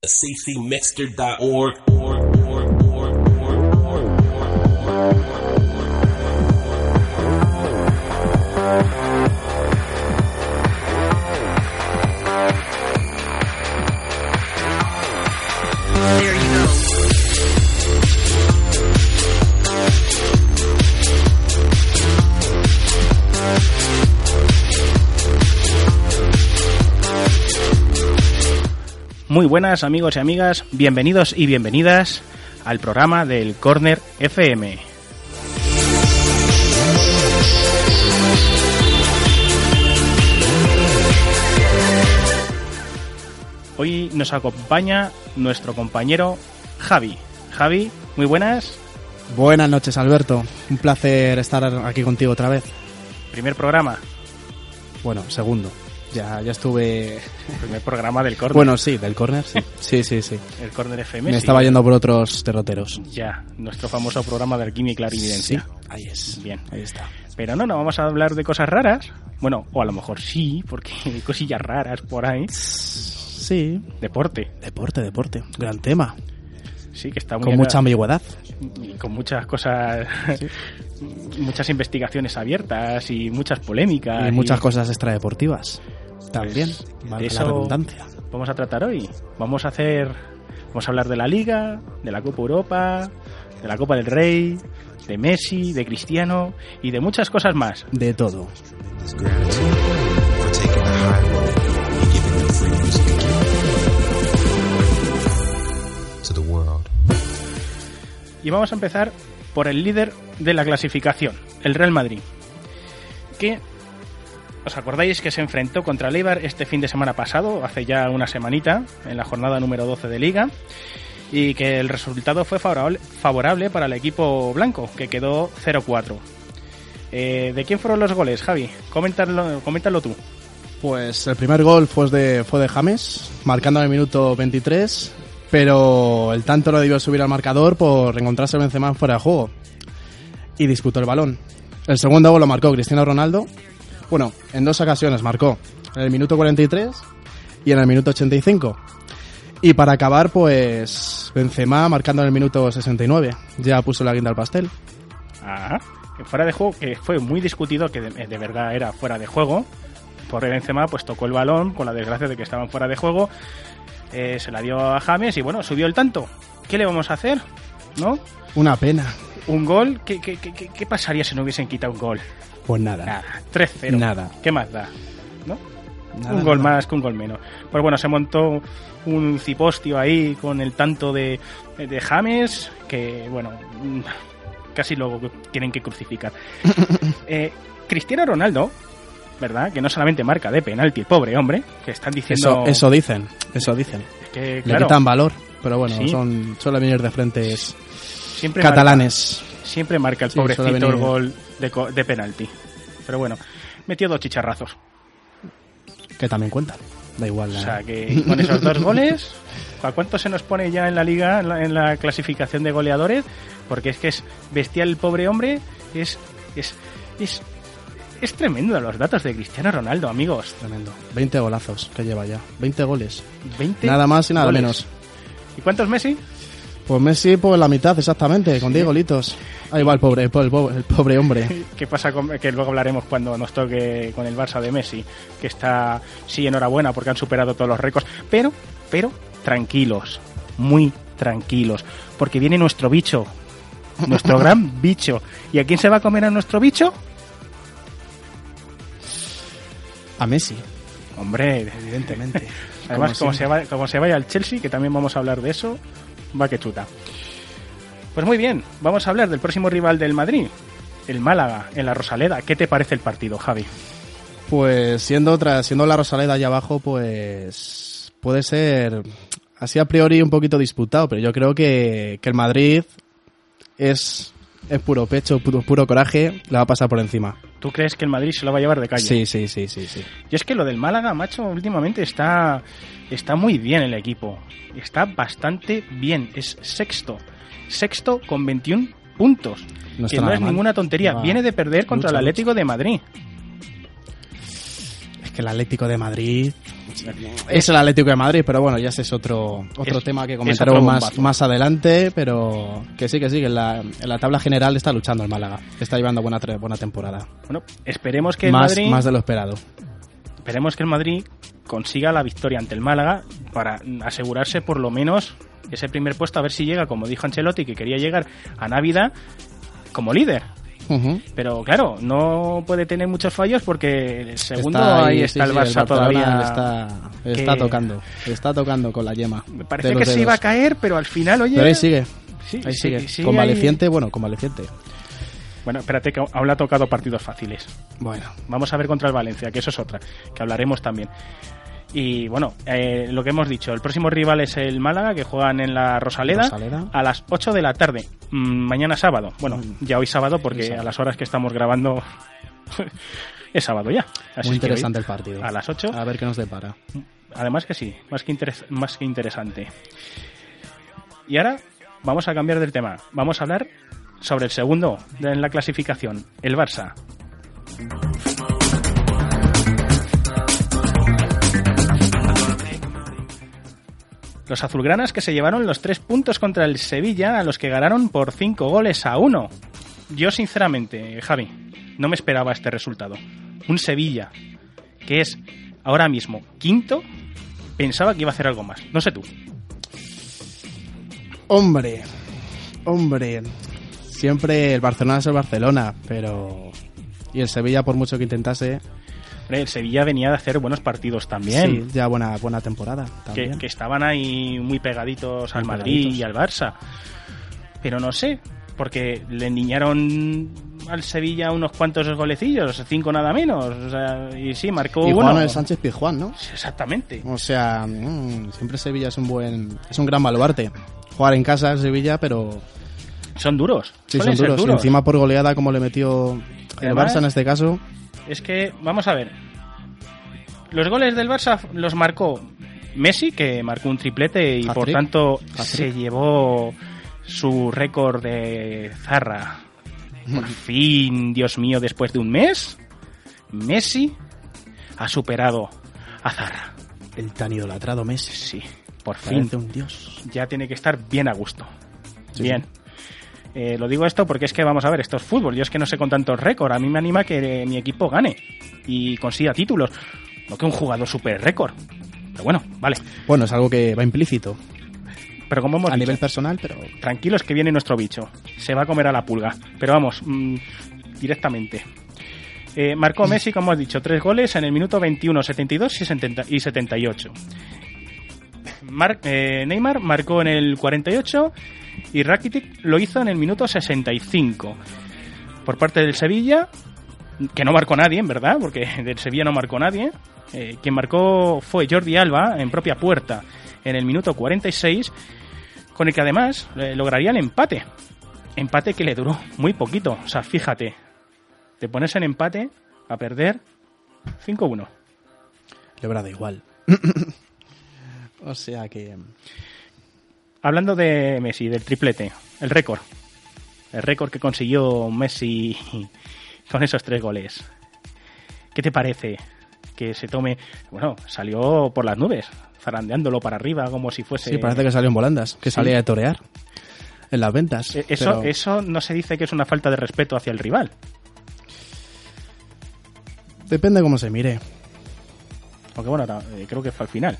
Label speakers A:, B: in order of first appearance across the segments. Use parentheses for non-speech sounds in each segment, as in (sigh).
A: safetymixter.org.
B: There you go.
C: Muy buenas amigos y amigas, bienvenidos y bienvenidas al programa del Corner FM. Hoy nos acompaña nuestro compañero Javi. Javi, muy buenas.
D: Buenas noches, Alberto. Un placer estar aquí contigo otra vez.
C: Primer programa.
D: Bueno, segundo. Ya, ya estuve.
C: Primer programa del Corner.
D: Bueno, sí, del corner, sí. (laughs) Sí, sí, sí.
C: el Corner FM.
D: Me
C: sí.
D: estaba yendo por otros terroteros.
C: Ya, nuestro famoso programa de alquimia y clarividencia.
D: ahí es.
C: Bien.
D: Ahí está.
C: Pero no, no vamos a hablar de cosas raras. Bueno, o a lo mejor sí, porque (laughs) hay cosillas raras por ahí.
D: Sí.
C: Deporte,
D: Deporte, deporte. Gran tema.
C: sí, que está muy
D: Con
C: ara-
D: mucha ambigüedad.
C: y con muchas cosas, (laughs) muchas investigaciones abiertas y muchas polémicas.
D: Y muchas cosas extradeportivas. También. valga
C: eso-
D: la redundancia.
C: Vamos a tratar hoy. Vamos a hacer, vamos a hablar de la Liga, de la Copa Europa, de la Copa del Rey, de Messi, de Cristiano y de muchas cosas más.
D: De todo.
C: Y vamos a empezar por el líder de la clasificación, el Real Madrid. Que, ¿os acordáis que se enfrentó contra el Eibar este fin de semana pasado, hace ya una semanita, en la jornada número 12 de Liga? Y que el resultado fue favorable, favorable para el equipo blanco, que quedó 0-4. Eh, ¿De quién fueron los goles, Javi? Coméntalo, coméntalo tú.
D: Pues el primer gol fue de, fue de James, marcando en el minuto 23, pero el tanto lo debió subir al marcador por encontrarse Benzema fuera de juego y disputó el balón. El segundo gol lo marcó Cristiano Ronaldo. Bueno, en dos ocasiones marcó, en el minuto 43 y en el minuto 85. Y para acabar, pues Benzema marcando en el minuto 69. Ya puso la guinda al pastel.
C: Ajá. Que Fuera de juego, que fue muy discutido, que de, de verdad era fuera de juego. Por Benzema, pues tocó el balón con la desgracia de que estaban fuera de juego. Eh, se la dio a James y bueno, subió el tanto. ¿Qué le vamos a hacer? ¿No?
D: Una pena.
C: ¿Un gol? ¿Qué, qué, qué- qué- qué pasaría si no hubiesen quitado un gol?
D: Pues nada.
C: Nada, 3-0.
D: Nada.
C: ¿Qué más da? ¿No?
D: Nada,
C: un gol
D: nada.
C: más que un gol menos. Pues bueno, se montó un cipostio ahí con el tanto de, de James, que bueno, mm, casi luego tienen que
D: (laughs)
C: crucificar. Eh, Cristiano Ronaldo, ¿verdad? Que no solamente marca de penalti, el pobre hombre, que están
D: Eso,
C: diciendo
D: eso dicen, eso dicen.
C: que
D: le
C: claro,
D: quitan valor. Pero bueno,
C: Sí.
D: son, suele venir de frentes
C: siempre marca-
D: catalanes.
C: siempre marca el
D: Sí, suele
C: pobrecito el
D: venir.
C: gol de, co- de penalti. Pero bueno, metió dos chicharrazos.
D: que también cuentan. Da igual. eh.
C: O
D: la-
C: sea que con esos dos goles, ¿a cuánto se nos pone ya en la liga, en la, en la clasificación de goleadores? Porque es que es bestial el pobre hombre, es, es, es, es tremendo los datos de Cristiano Ronaldo, amigos.
D: Tremendo. 20 golazos que lleva ya. 20 goles.
C: 20
D: Nada más y nada
C: goles.
D: menos.
C: ¿Y cuántos Messi?
D: Pues Messi, pues la mitad exactamente, con 10 golitos. Ahí va el pobre, pues el pobre, el
C: (laughs)
D: pobre hombre.
C: ¿Qué pasa con- que luego hablaremos cuando nos toque con el Barça de Messi? Que está, sí, enhorabuena porque han superado todos los récords, pero, pero, tranquilos, muy tranquilos, porque viene nuestro bicho, (laughs) nuestro gran bicho. ¿Y a quién se va a comer a nuestro bicho?
D: A Messi,
C: Hombre,
D: evidentemente.
C: además, como,
D: Como
C: se, va- como se vaya al Chelsea, que también vamos a hablar de eso, va que chuta. Pues muy bien, vamos a hablar del próximo rival del Madrid, el Málaga, en la Rosaleda. ¿Qué te parece el partido, Javi?
D: Pues siendo otra, siendo la Rosaleda allá abajo, pues puede ser así a priori un poquito disputado, pero yo creo que, que el Madrid es, es puro pecho, puro, puro coraje, la va a pasar por encima.
C: ¿Tú crees que el Madrid se lo va a llevar de calle?
D: Sí, sí, sí, sí, sí.
C: Y es que lo del Málaga, macho, últimamente está, está muy bien el equipo. Está bastante bien. Es sexto. Sexto con 21 puntos.
D: No
C: que
D: está
C: no
D: nada
C: es
D: mal.
C: ninguna tontería.
D: No.
C: Viene de perder contra
D: Lucha,
C: el Atlético de Madrid.
D: Es que el Atlético de Madrid es el Atlético de Madrid, pero bueno, ya ese es otro, otro
C: Es-
D: tema que
C: es
D: comentaremos
C: otro
D: más,
C: bombazo.
D: más adelante, pero que sí, que sí, que en la, en la tabla general está luchando el Málaga, está llevando buena, tre- buena temporada,
C: Bueno, esperemos que el
D: más,
C: Madrid,
D: más de lo esperado.
C: esperemos que el Madrid consiga la victoria ante el Málaga para asegurarse por lo menos ese primer puesto a ver si llega, como dijo Ancelotti, que quería llegar a Navidad como líder.
D: Ujú.
C: Pero claro, no puede tener muchos fallos porque el segundo
D: Está
C: ahí,
D: sí,
C: está
D: sí,
C: el Barça
D: Barcelona
C: todavía.
D: le Está, le
C: que-
D: está tocando, le está tocando con la yema.
C: Me
D: de
C: parecía
D: los
C: que se iba a
D: dedos.
C: caer, pero al final, oye.
D: Pero ahí sigue,
C: sí,
D: ahí
C: sí,
D: sigue,
C: sí,
D: convaleciente, bueno, convaleciente.
C: ahí- Bueno, espérate, que aún le ha tocado partidos fáciles.
D: Bueno,
C: Vamos a ver contra el Valencia, que eso es otra, que hablaremos también. Y bueno, eh, lo que hemos dicho, el próximo rival es el Málaga, que juegan en la Rosaleda,
D: Rosaleda. Mm.
C: a las 8 de la tarde, mm, mañana sábado. Bueno, ya hoy sábado, porque
D: sábado.
C: a las horas que estamos grabando (laughs) es sábado ya. Así
D: muy
C: que hoy,
D: interesante el partido.
C: A las 8
D: A ver qué nos depara.
C: Además que sí, más que, interes- más que interesante. Y ahora vamos a cambiar del tema. Vamos a hablar sobre el segundo de- en la clasificación, el Barça. Los azulgranas que se llevaron los tres puntos contra el Sevilla, a los que ganaron por cinco goles a uno. Yo sinceramente, Javi, no me esperaba este resultado. Un Sevilla que es ahora mismo quinto, pensaba que iba a hacer algo más. No sé tú.
D: Hombre, hombre. Siempre el Barcelona es el Barcelona, pero. Y el Sevilla, por mucho que intentase,
C: Hombre, El Sevilla venía de hacer buenos partidos también.
D: sí, ya buena, buena temporada.
C: que,
D: También.
C: que estaban ahí muy pegaditos al
D: Muy
C: Madrid
D: pegaditos.
C: y al Barça. Pero no sé, porque le endiñaron al Sevilla unos cuantos golecillos, cinco nada menos. o sea, y sí, marcó
D: Y
C: uno.
D: Juan el Sánchez Pizjuán, ¿no?
C: Exactamente.
D: O sea, mm, siempre Sevilla es un buen. Es un gran baluarte. Jugar en casa en Sevilla, pero.
C: Son duros.
D: Sí,
C: suelen
D: son
C: ser
D: duros. Y encima por goleada, como le metió el
C: Además-
D: Barça en este caso.
C: Es que, vamos a ver. Los goles del Barça los marcó Messi, que marcó un triplete y
D: Hat-trick.
C: por tanto
D: Hat-trick.
C: se llevó su récord de zarra. Por fin, Dios mío, después de un mes, Messi ha superado a Zarra.
D: El tan idolatrado Messi.
C: Sí, por fin
D: Parece un dios.
C: ya tiene que estar bien a gusto.
D: Sí,
C: bien. Eh, lo digo esto porque es que, vamos a ver, esto es fútbol. Yo es que no sé con tantos récords. A mí me anima que eh, mi equipo gane y consiga títulos. No que un jugador super récord. Pero bueno, vale.
D: Bueno, es algo que va implícito.
C: Pero como hemos
D: A
C: dicho,
D: nivel personal, pero.
C: tranquilos que viene nuestro bicho. Se va a comer a la pulga. Pero vamos, mm, directamente. Eh, marcó Messi, como has dicho, tres goles en el minuto 21, 72 y 70 y 78. Mar- eh, Neymar marcó en el 48 y Rakitic lo hizo en el minuto 65. Por parte del Sevilla, que no marcó nadie, en verdad, porque (laughs) del Sevilla no marcó nadie. eh, quien marcó fue Jordi Alba en propia puerta en el minuto 46 con el que además eh, lograría el empate. Empate que le duró muy poquito. O sea, fíjate, te pones en empate a perder 5-1.
D: Le habrá dado (laughs) igual. o sea que.
C: Hablando de Messi, del triplete, el récord. El récord que consiguió Messi (laughs) con esos tres goles. ¿Qué te parece que se tome? Bueno, salió por las nubes, zarandeándolo para arriba como si fuese...
D: Sí, parece que salió en volandas, que
C: Sí.
D: salía de torear en las ventas.
C: Eh, Eso,
D: pero
C: eso no se dice que es una falta de respeto hacia el rival.
D: Depende cómo se mire,
C: Aunque bueno, ta- eh, creo que fue al final.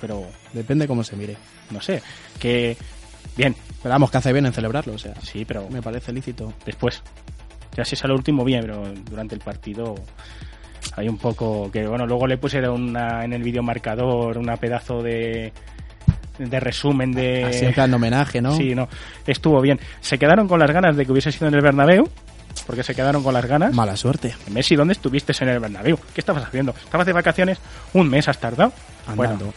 C: Pero
D: depende cómo se mire.
C: no sé, que bien,
D: Pero vamos, que hace bien en celebrarlo, o sea,
C: sí, pero
D: me parece lícito.
C: después. Ya si es al último bien, pero durante el partido hay un poco que bueno, luego le pusieron una en el videomarcador una pedazo de de resumen de
D: Ah, Así en plan de homenaje, ¿no?
C: Sí, no, estuvo bien. Se quedaron con las ganas de que hubiese sido en el Bernabéu, porque se quedaron con las ganas.
D: Mala suerte.
C: Messi, ¿dónde estuviste en el Bernabéu? ¿Qué estabas haciendo? ¿Estabas de vacaciones? Un mes has tardado.
D: Andando.
C: Bueno,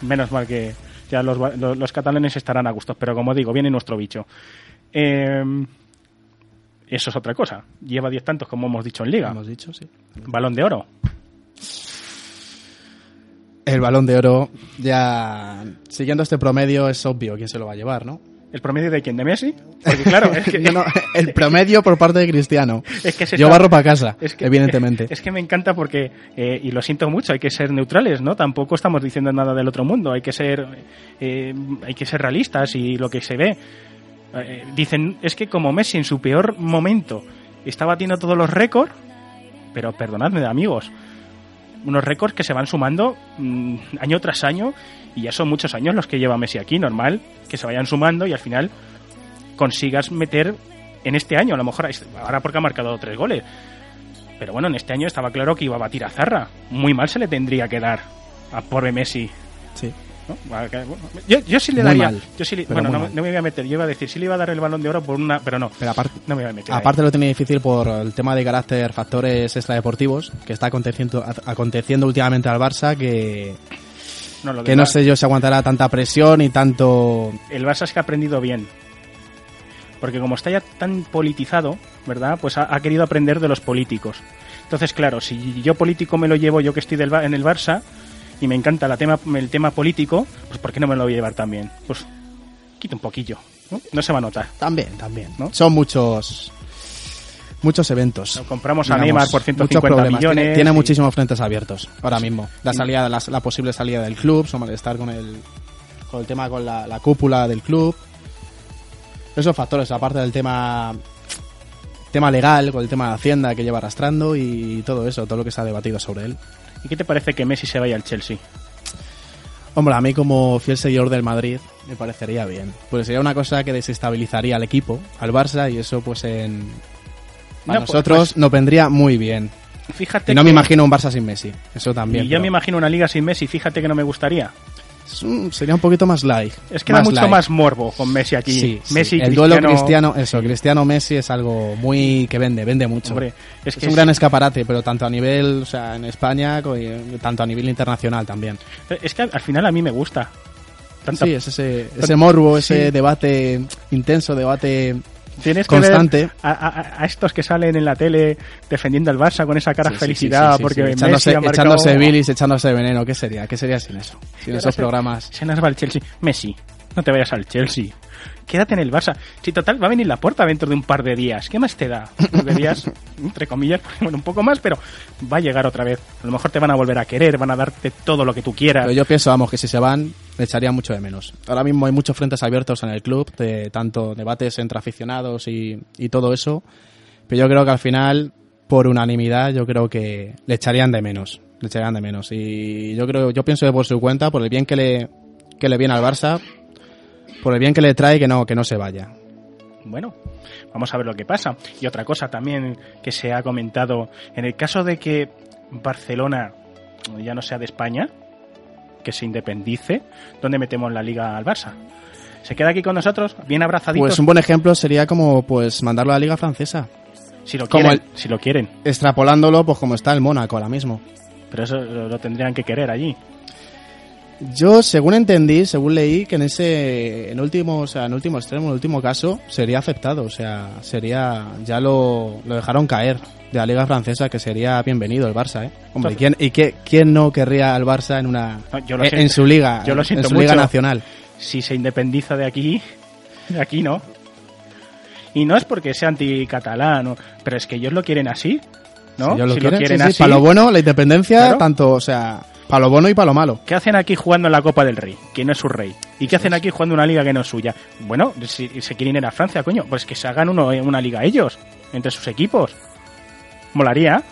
C: menos mal que ya los, va- los- los catalanes estarán a gusto. Pero como digo, viene nuestro bicho. Eh, eso es otra cosa. Lleva 10 tantos, como hemos dicho en Liga.
D: Hemos dicho, sí.
C: Balón de oro.
D: El balón de oro, ya siguiendo este promedio, es obvio quién se lo va a llevar, ¿no?
C: ¿El promedio de quién? ¿De
D: (laughs)
C: Messi? Porque claro, es (laughs) que,
D: No, no, el promedio por parte de Cristiano.
C: (laughs) Es que se
D: Yo
C: está-
D: barro para casa,
C: es que-
D: evidentemente.
C: (laughs) Es que me encanta porque, eh, y lo siento mucho, hay que ser neutrales, ¿no? Tampoco estamos diciendo nada del otro mundo, hay que ser, eh, hay que ser realistas y lo que se ve. Eh, dicen, es que como Messi en su peor momento está batiendo todos los récords, pero perdonadme, amigos, unos récords que se van sumando mm, año tras año y ya son muchos años los que lleva Messi aquí, normal que se vayan sumando y al final consigas meter en este año, a lo mejor ahora porque ha marcado tres goles, pero bueno, en este año estaba claro que iba a batir a Zarra. Muy mal se le tendría que dar a pobre Messi.
D: Sí.
C: ¿no? A- que- bueno, Yo, yo sí le
D: Muy
C: daría.
D: mal,
C: yo sí le-
D: pero
C: bueno,
D: muy
C: no, me-
D: mal.
C: no me voy a meter. Yo iba a decir, sí le iba a dar el balón de oro por una. Pero no.
D: Pero aparte,
C: No me voy a meter. ahí.
D: aparte lo tenía difícil por el tema de carácter factores extradeportivos que está aconteciendo, aconteciendo últimamente al Barça, que,
C: no, lo
D: que
C: del
D: no
C: Bar-
D: sé yo si aguantará tanta presión y tanto...
C: El Barça es que ha aprendido bien. Porque como está ya tan politizado, ¿verdad? Pues ha, ha querido aprender de los políticos. Entonces, claro, si yo político me lo llevo, yo que estoy del Ba- en el Barça, y me encanta la tema, el tema político, pues ¿por qué no me lo voy a llevar también? Pues quita un poquillo. ¿no? no se va a notar.
D: También, también.
C: ¿No?
D: Son muchos muchos eventos.
C: Lo compramos a
D: digamos,
C: Neymar por
D: muchos
C: 150
D: problemas.
C: millones.
D: Tiene, tiene
C: y-
D: muchísimos frentes abiertos ahora mismo. La salida, la, la posible salida del club, su malestar con el, con el tema con la, la cúpula del club. Esos factores, aparte del tema tema legal, con el tema de Hacienda que lleva arrastrando y todo eso, todo lo que se ha debatido sobre él.
C: ¿Y qué te parece que Messi se vaya al Chelsea?
D: Hombre, a mí como fiel seguidor del Madrid me parecería bien. Pues sería una cosa que desestabilizaría al equipo, al Barça, y eso pues en... A
C: No, pues-
D: nosotros nos vendría muy bien.
C: Fíjate
D: Y no me
C: que-
D: imagino un Barça sin Messi. Eso también.
C: y yo
D: pero
C: me imagino una liga sin Messi, fíjate que no me gustaría.
D: es un- Sería un poquito más light.
C: Es que da mucho
D: light.
C: más morbo con Messi aquí.
D: Sí, sí.
C: Messi,
D: El duelo cristiano, eso, Cristiano-Messi es algo muy que vende, vende mucho.
C: Hombre, es
D: es
C: que
D: un
C: es-
D: gran escaparate, pero tanto a nivel, o sea, en España, co- y tanto a nivel internacional también.
C: es que al final a mí me gusta. Tanta-
D: Sí, es ese, ese morbo, ese
C: Sí.
D: debate intenso, debate
C: Tienes que
D: constante.
C: ver a, a- a estos que salen en la tele defendiendo al Barça con esa cara
D: Sí, sí,
C: de felicidad
D: sí, sí,
C: porque
D: sí. echándose,
C: Messi ha marcado...
D: echándose bilis, echándose veneno, ¿qué sería? ¿Qué sería sin eso? Sin
C: ahora
D: esos
C: se-
D: programas.
C: Se nos va el Chelsea. Messi, no te vayas al Chelsea. Quédate en el Barça. Si total va a venir la puerta dentro de un par de días. ¿Qué más te da? Un par de
D: (laughs)
C: días, entre comillas, (laughs) bueno, un poco más, pero va a llegar otra vez. A lo mejor te van a volver a querer, van a darte todo lo que tú quieras.
D: Pero yo pienso, vamos, que si se van, le echaría mucho de menos. Ahora mismo hay muchos frentes abiertos en el club, de tanto debates entre aficionados y, y todo eso. Pero yo creo que al final, por unanimidad, yo creo que le echarían de menos. Le echarían de menos. Y yo creo, yo pienso que por su cuenta, por el bien que le, que le viene al Barça, por el bien que le trae, que no, que no se vaya.
C: Bueno, vamos a ver lo que pasa. Y otra cosa también que se ha comentado, en el caso de que Barcelona ya no sea de España, que se independice, ¿dónde metemos la liga al Barça? ¿Se queda aquí con nosotros? Bien abrazaditos.
D: Pues un buen ejemplo sería como, pues, mandarlo a la Liga Francesa.
C: si lo
D: como
C: quieren, si lo quieren.
D: Extrapolándolo, pues, como está el Mónaco ahora mismo.
C: Pero eso lo lo tendrían que querer allí.
D: Yo, según entendí, según leí, que en ese, en último, o sea, en último extremo, en último caso, sería aceptado, o sea, sería, ya lo, lo dejaron caer de la liga francesa, que sería bienvenido el Barça, ¿eh? Hombre, ¿y quién, y qué, quién no querría al Barça en una,
C: No, yo lo
D: en,
C: siento.
D: en su liga,
C: Yo lo
D: en
C: siento
D: su liga
C: mucho.
D: nacional?
C: Si se independiza de aquí, de aquí no. Y no es porque sea anticatalán, o- pero es que ellos lo quieren así, ¿no?
D: Si ellos lo
C: Si
D: quieren, sí, sí, para lo bueno, la independencia,
C: Claro.
D: tanto, o sea, para lo bueno y para lo malo.
C: ¿Qué hacen aquí jugando en la Copa del Rey, que no es su rey? ¿Y qué hacen aquí jugando una liga que no es suya? Bueno, si se quieren ir a Francia, coño, pues que se hagan uno, una liga ellos, entre sus equipos. Molaría.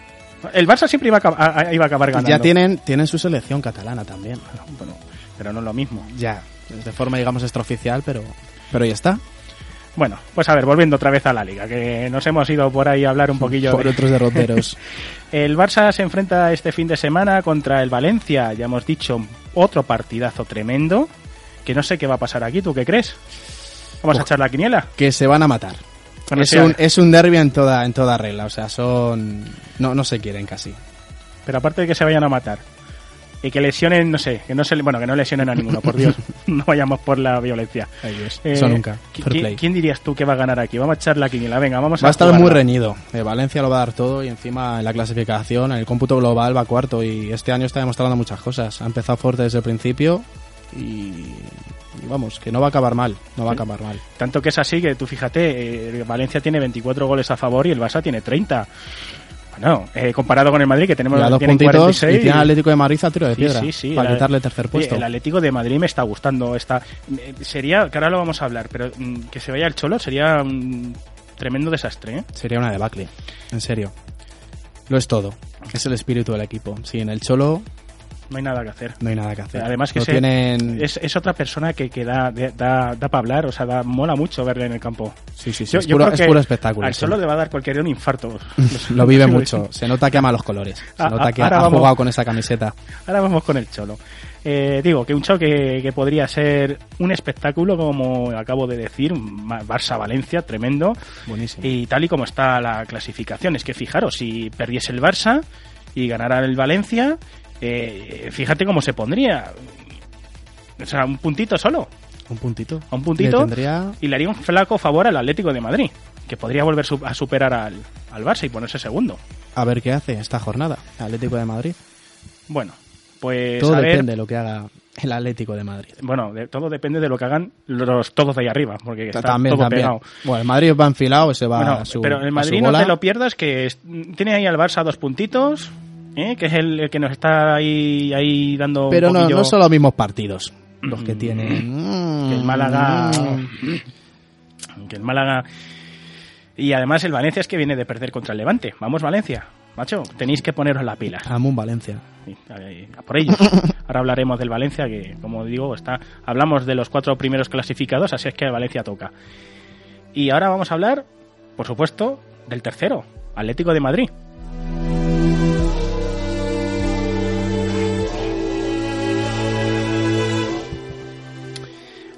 C: El Barça siempre iba a, acab- a- a- iba a acabar ganando.
D: Ya tienen, tienen su selección catalana también.
C: Bueno, pero no es lo mismo.
D: Ya, de forma, digamos, extraoficial, pero, pero ya está.
C: Bueno, pues a ver, volviendo otra vez a la liga, que nos hemos ido por ahí a hablar un poquillo
D: Por
C: de- (laughs)
D: otros derroteros.
C: El Barça se enfrenta este fin de semana contra el Valencia, ya hemos dicho, otro partidazo tremendo, que no sé qué va a pasar aquí, ¿tú qué crees? Vamos a echar la quiniela.
D: que se van a matar.
C: Con
D: es,
C: ese-
D: un, es un derby en toda, en toda regla, o sea, son. No, no se quieren casi.
C: Pero aparte de que se vayan a matar, Y que lesionen, no sé, que no se, bueno, que no lesionen a ninguno, por
D: (laughs)
C: Dios. no vayamos por la violencia.
D: Ahí es.
C: Eh,
D: Eso nunca.
C: ¿qui-
D: Fair
C: qui-
D: play.
C: ¿Quién dirías tú que va a ganar aquí? Vamos a echar la quiniela, venga, vamos
D: Va a estar muy
C: jugarla.
D: reñido. Eh, Valencia lo va a dar todo y encima en la clasificación, en el cómputo global va cuarto y este año está demostrando muchas cosas. Ha empezado fuerte desde el principio y, y vamos, que no va a acabar mal, no va a acabar mal.
C: Tanto que es así que tú fíjate, eh, Valencia tiene 24 goles a favor y el Barça tiene 30. Bueno, eh, comparado con el Madrid que tenemos
D: Le da dos
C: tienen
D: puntitos
C: 46.
D: y tiene al Atlético de Madrid a tiro de
C: Sí,
D: piedra
C: sí, sí,
D: para
C: el-
D: quitarle tercer
C: Oye,
D: puesto.
C: el Atlético de Madrid me está gustando. Está, eh, sería, que ahora lo vamos a hablar, pero mm, que se vaya el Cholo sería un tremendo desastre. ¿eh?
D: Sería una debacle, en serio. Lo es todo. Es el espíritu del equipo. Sí, en el Cholo
C: No hay nada que hacer.
D: no hay nada que hacer.
C: Además que
D: no
C: se-
D: tienen...
C: Es, es otra persona que, que da, de- da, para hablar, o sea, da, mola mucho verle en el campo.
D: Sí, sí, sí.
C: Yo-
D: es,
C: yo
D: puro,
C: creo
D: es
C: que
D: puro espectáculo.
C: Al
D: sí.
C: Cholo le va a dar cualquier día un
D: (laughs)
C: infarto.
D: Lo vive mucho. Se nota que ama los colores. Se
C: Ah,
D: nota
C: ah,
D: que ha
C: ahora vamos.
D: jugado con esa camiseta.
C: Ahora vamos con el Cholo. Eh, digo, que un choque que podría ser un espectáculo, como acabo de decir, un Ma- Barça-Valencia, tremendo.
D: Buenísimo.
C: Y tal y como está la clasificación, es que fijaros, si perdiese el Barça y ganara el Valencia, eh, fíjate cómo se pondría. O sea, un puntito solo.
D: Un puntito.
C: Un puntito.
D: Le tendría-
C: Y le haría un flaco favor al Atlético de Madrid, que podría volver su- a superar al, al Barça y ponerse segundo.
D: A ver qué hace esta jornada. Atlético de Madrid.
C: Bueno, pues
D: Todo
C: a ver,
D: depende de lo que haga el Atlético de Madrid.
C: Bueno, de- todo depende de lo que hagan los todos de ahí arriba, porque está
D: también,
C: todo
D: también.
C: pegado.
D: Bueno, el Madrid va enfilado, se va
C: Bueno,
D: a su,
C: pero
D: a
C: el
D: su
C: Madrid no
D: bola.
C: te lo pierdas, que es- tiene ahí al Barça dos puntitos, ¿eh? que es el, el que nos está ahí, ahí dando
D: Pero
C: un
D: no,
C: poquillo Mm,
D: no son los mismos partidos los que tienen. Mm,
C: que el Málaga... que el Málaga... Y además el Valencia es que viene de perder contra el Levante. Vamos Valencia, macho, tenéis que poneros la pila.
D: Amun Valencia.
C: Sí, a ver, eh, a por ellos. Ahora hablaremos del Valencia, que como digo, está hablamos de los cuatro primeros clasificados, así es que el Valencia toca. Y ahora vamos a hablar, por supuesto, del tercero, Atlético de Madrid.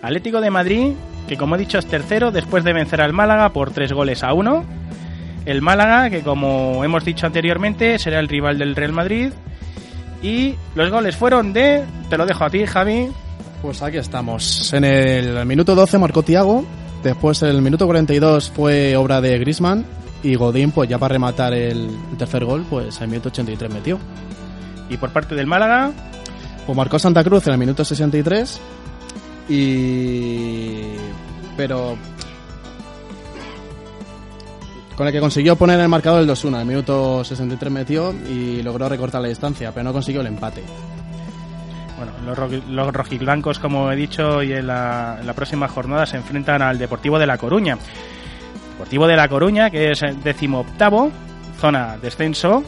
C: Atlético de Madrid, que como he dicho es tercero después de vencer al Málaga por tres goles a uno. El Málaga, que como hemos dicho anteriormente, será el rival del Real Madrid. Y los goles fueron de. Te lo dejo a ti, Javi.
D: Pues aquí estamos. En el minuto 12 marcó Tiago. Después el minuto 42 fue obra de Grisman. Y Godín, pues ya para rematar el tercer gol, pues al minuto 83 metió.
C: Y por parte del Málaga,
D: Pues marcó Santa Cruz en el minuto 63 y... Pero... Con el que consiguió poner el marcador el 2-1, en el minuto 63 metió y logró recortar la distancia, pero no consiguió el empate.
C: bueno, los, ro- los rojiblancos, como he dicho, y en la, en la próxima jornada se enfrentan al Deportivo de La Coruña. Deportivo de La Coruña, que es el decimoctavo, zona descenso,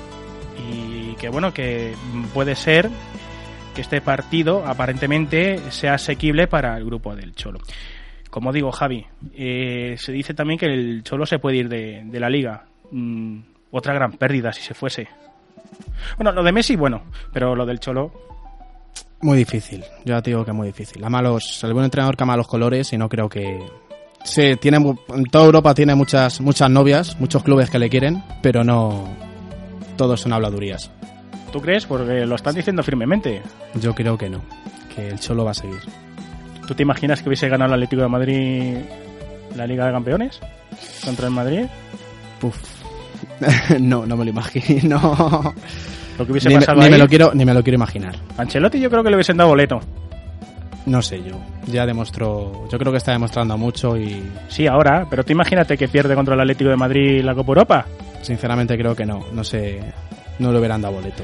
C: y que bueno, que puede ser que este partido aparentemente sea asequible para el grupo del Cholo. Como digo, Javi, eh, se dice también que el Cholo se puede ir de, de la liga. Mm, otra gran pérdida si se fuese. Bueno, lo de Messi, bueno, pero lo del Cholo,
D: Muy difícil, yo ya te digo que muy difícil. A malos, el buen entrenador que ama los colores y no creo que... Sí, tiene, mu- en toda Europa tiene muchas, muchas novias, muchos clubes que le quieren, pero no... Todos son habladurías.
C: ¿Tú crees? Porque lo están diciendo firmemente.
D: Yo creo que no, que el Cholo va a seguir.
C: ¿Tú te imaginas que hubiese ganado el Atlético de Madrid la Liga de Campeones contra el Madrid?
D: Puf. (laughs) no, no me lo imagino.
C: Lo que (laughs) hubiese
D: Ni, me,
C: pasado
D: ni
C: ahí,
D: me lo quiero, ni me lo quiero imaginar.
C: Ancelotti yo creo que le hubiesen dado boleto.
D: No sé yo. Ya demostró. Yo creo que está demostrando mucho y
C: Sí, ahora, pero tú imagínate que pierde contra el Atlético de Madrid la Copa Europa.
D: sinceramente creo que no. No sé. No lo hubieran dado boleto.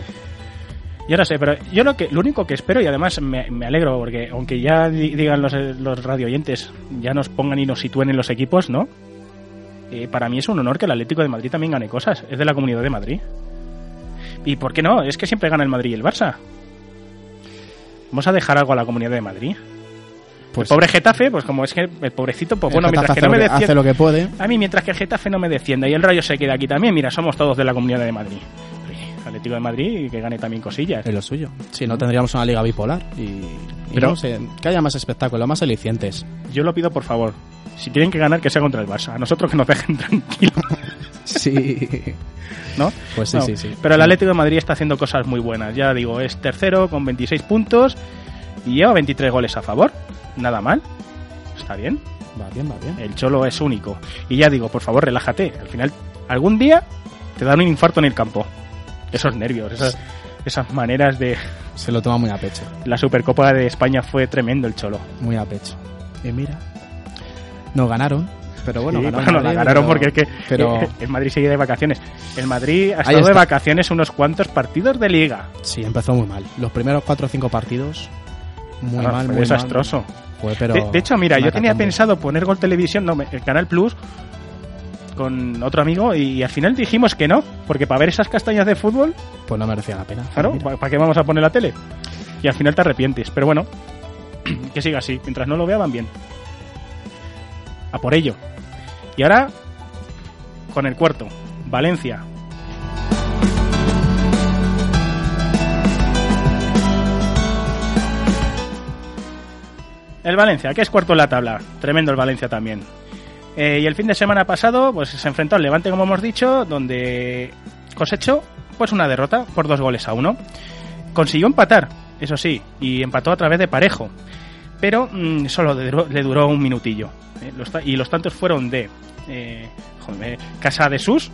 C: Yo no sé, pero yo lo que lo único que espero, y además me, me alegro, porque aunque ya di- digan los, eh, los radioyentes, ya nos pongan y nos sitúen en los equipos, ¿no? Eh, para mí es un honor que el Atlético de Madrid también gane cosas. Es de la Comunidad de Madrid. ¿Y por qué no? Es que siempre gana el Madrid y el Barça. Vamos a dejar algo a la Comunidad de Madrid.
D: Pues
C: el pobre Getafe, pues como es que el pobrecito, pues
D: el
C: bueno, mientras
D: Getafe
C: que
D: hace,
C: no me
D: lo que, hace
C: defienda...
D: lo que puede.
C: A mí, mientras que el Getafe no me defienda y el Rayo se queda aquí también, mira, somos todos de la Comunidad de Madrid. Oye, Atlético de Madrid y que gane también cosillas.
D: Es lo suyo. Si no tendríamos una liga bipolar y, y
C: Pero-
D: no sé, que haya más espectáculo, más alicientes.
C: Yo lo pido por favor. Si tienen que ganar, que sea contra el Barça. A nosotros que nos dejen (laughs) tranquilos.
D: Sí.
C: ¿no?
D: (laughs) Pues sí,
C: Bueno,
D: sí, sí.
C: Pero el Atlético de Madrid está haciendo cosas muy buenas. Ya digo, es tercero con 26 puntos y lleva 23 goles a favor. Nada mal. Está bien.
D: Va bien, va bien.
C: El Cholo es único. Y ya digo, por favor, relájate. Al final, algún día te dan un infarto en el campo. Esos nervios, esas, esas maneras de...
D: Se lo toma muy a pecho.
C: La Supercopa de España fue tremendo el Cholo.
D: Muy a pecho. Y mira. No ganaron. Pero bueno,
C: Eh, Sí,
D: ganaron,
C: bueno, la
D: Madrid,
C: ganaron
D: pero-
C: porque es que eh,
D: Pero
C: el Madrid sigue de vacaciones. El Madrid ha
D: Ahí
C: estado de
D: está.
C: vacaciones unos cuantos partidos de liga.
D: sí, empezó muy mal. Los primeros 4 o 5 partidos. Muy
C: Ah,
D: mal,
C: fue
D: muy
C: desastroso.
D: mal. Fue, pero
C: De, de hecho, mira,
D: una
C: yo tenía
D: catombe.
C: pensado poner Gol Televisión, no, me- el Canal Plus, con otro amigo y, al final dijimos que no, porque para ver esas castañas de fútbol,
D: Pues no merecía la pena.
C: claro,
D: Mira.
C: ¿para qué vamos a poner la tele? Y al final te arrepientes, pero bueno, (clears throat) que siga así, mientras no lo vea van bien. A por ello. Y ahora, con el cuarto, Valencia. El Valencia, que es cuarto en la tabla. Tremendo el Valencia también. Eh, y el fin de semana pasado, pues se enfrentó al Levante, como hemos dicho, donde cosechó pues una derrota por dos goles a uno. Consiguió empatar, eso sí, y empató a través de parejo. Pero mm, solo le duró, le duró un minutillo. eh, los ta- y los tantos fueron de eh, joder, eh, Casa de Sus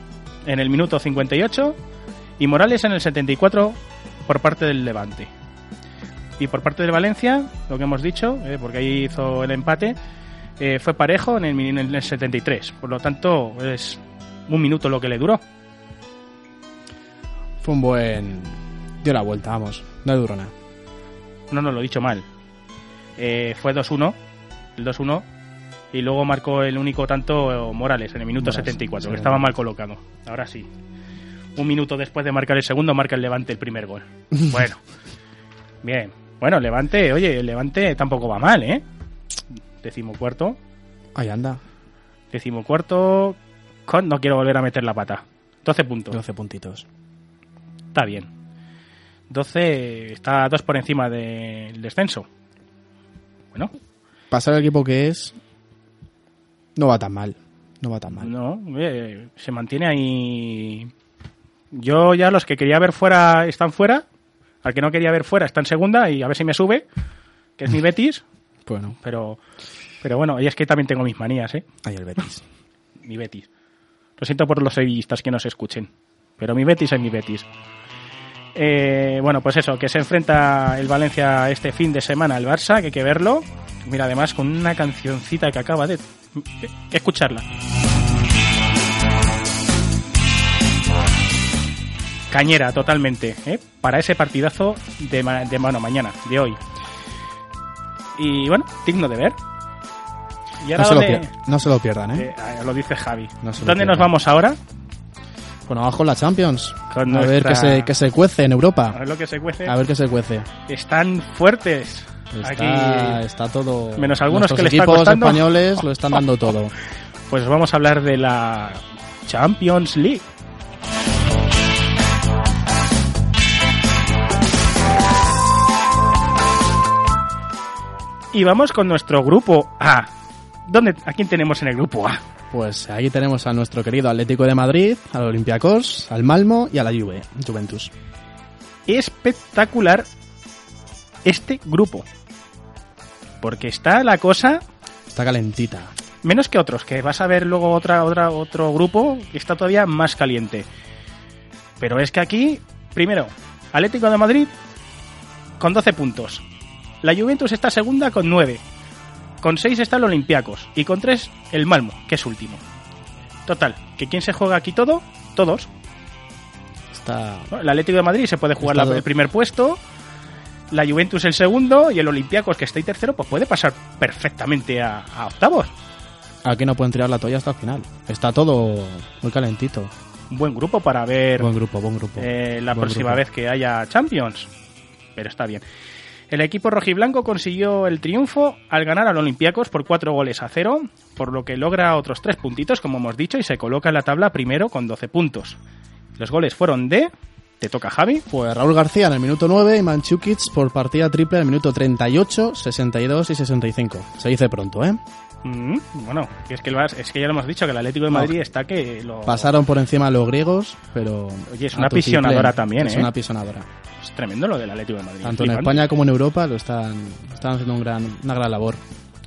C: en el minuto 58 y Morales en el 74 por parte del Levante. Y por parte del Valencia, lo que hemos dicho, eh, porque ahí hizo el empate, eh, fue parejo en el, min- en el 73. Por lo tanto, es un minuto lo que le duró.
D: Fue un buen. Dio la vuelta, vamos. No duró nada.
C: No, no, lo he dicho mal. Eh, fue 2-1, el 2-1, y luego marcó el único tanto eh, Morales en el minuto
D: Morales,
C: 74, que
D: sí.
C: estaba mal colocado. Ahora sí. Un minuto después de marcar el segundo, marca el Levante el primer
D: (laughs)
C: gol. Bueno. Bien. Bueno, Levante, oye, el Levante tampoco va mal, ¿eh? Decimocuarto.
D: Ahí anda.
C: Decimocuarto. Con, no quiero volver a meter la pata. 12 puntos.
D: 12 puntitos.
C: Está bien. 12 está dos por encima del descenso. Bueno,
D: Pasar al equipo que es. No va tan mal. No va tan mal.
C: no, eh, se mantiene ahí. Yo ya los que quería ver fuera están fuera. Al que no quería ver fuera está en segunda y a ver si me sube, que es mi Betis.
D: Bueno,
C: Pero, pero bueno, y es que también tengo mis manías, ¿eh?
D: ahí el Betis.
C: mi Betis. Lo siento por los sevillistas que nos escuchen, pero mi Betis es mi Betis. Eh, bueno, pues eso, que se enfrenta el Valencia este fin de semana al Barça, que hay que verlo. Mira, además con una cancioncita que acaba de... que escucharla. Cañera, totalmente, ¿eh? para ese partidazo de, ma- de mano mañana, de hoy. Y bueno, digno de ver. (laughs) Y
D: No se, lo
C: dónde-
D: pier- no se lo pierdan, ¿eh?
C: eh, ah, lo dice Javi.
D: No se lo
C: ¿Dónde
D: pierda.
C: nos vamos ahora?
D: Bueno, abajo la Champions.
C: Con
D: a ver
C: nuestra-
D: qué se, qué se cuece en
C: A
D: Europa.
C: ver lo que se cuece.
D: A ver qué se cuece.
C: Están fuertes.
D: Está,
C: Aquí,
D: está todo.
C: Menos algunos
D: Nuestros
C: que le está
D: equipos
C: costando.
D: españoles lo
C: (laughs)
D: están dando todo.
C: pues vamos a hablar de la Champions League. Y vamos con nuestro grupo A. ¿Dónde, ¿A quién tenemos en el grupo A?
D: Pues ahí tenemos a nuestro querido Atlético de Madrid, al Olympiacos, al Malmo y a la Juve, Juventus.
C: espectacular este grupo. Porque está la cosa
D: Está calentita.
C: menos que otros, que vas a ver luego otra, otra, otro grupo que está todavía más caliente. Pero es que aquí, primero, Atlético de Madrid con 12 puntos. La Juventus está segunda con 9. Con 6 está el Olympiacos. Y con 3 el Malmo, que es último. Total, que quién se juega aquí todo, todos.
D: Está.
C: ¿no? El Atlético de Madrid se puede jugar la-
D: Estado-
C: el primer puesto, la Juventus el segundo y el Olympiacos que está ahí tercero, pues puede pasar perfectamente a, a octavos.
D: Aquí no pueden tirar la toalla hasta el final. Está todo muy calentito.
C: Un buen grupo para ver
D: Buen grupo, buen grupo.
C: eh, la
D: Buen
C: próxima
D: grupo.
C: vez que haya Champions. Pero está bien. El equipo rojiblanco consiguió el triunfo al ganar al Olympiacos por cuatro goles a cero, por lo que logra otros tres puntitos, como hemos dicho, y se coloca en la tabla primero con 12 puntos. Los goles fueron de... Te toca Javi.
D: Pues Raúl García en el minuto 9 y Manchukic por partida triple en el minuto 38, 62 y 65. Se dice pronto, ¿eh?
C: Mm, bueno, que es que, el Bar- es que ya lo hemos dicho, que el Atlético de
D: No.
C: Madrid está que lo...
D: Pasaron por encima los griegos, pero.
C: Oye, es
D: a
C: una
D: tu triple.
C: apisonadora también,
D: Es
C: ¿eh?
D: una apisonadora.
C: Es tremendo lo del Atlético de Madrid.
D: Tanto en
C: flipante.
D: España como en Europa lo están, están haciendo un gran, una gran labor.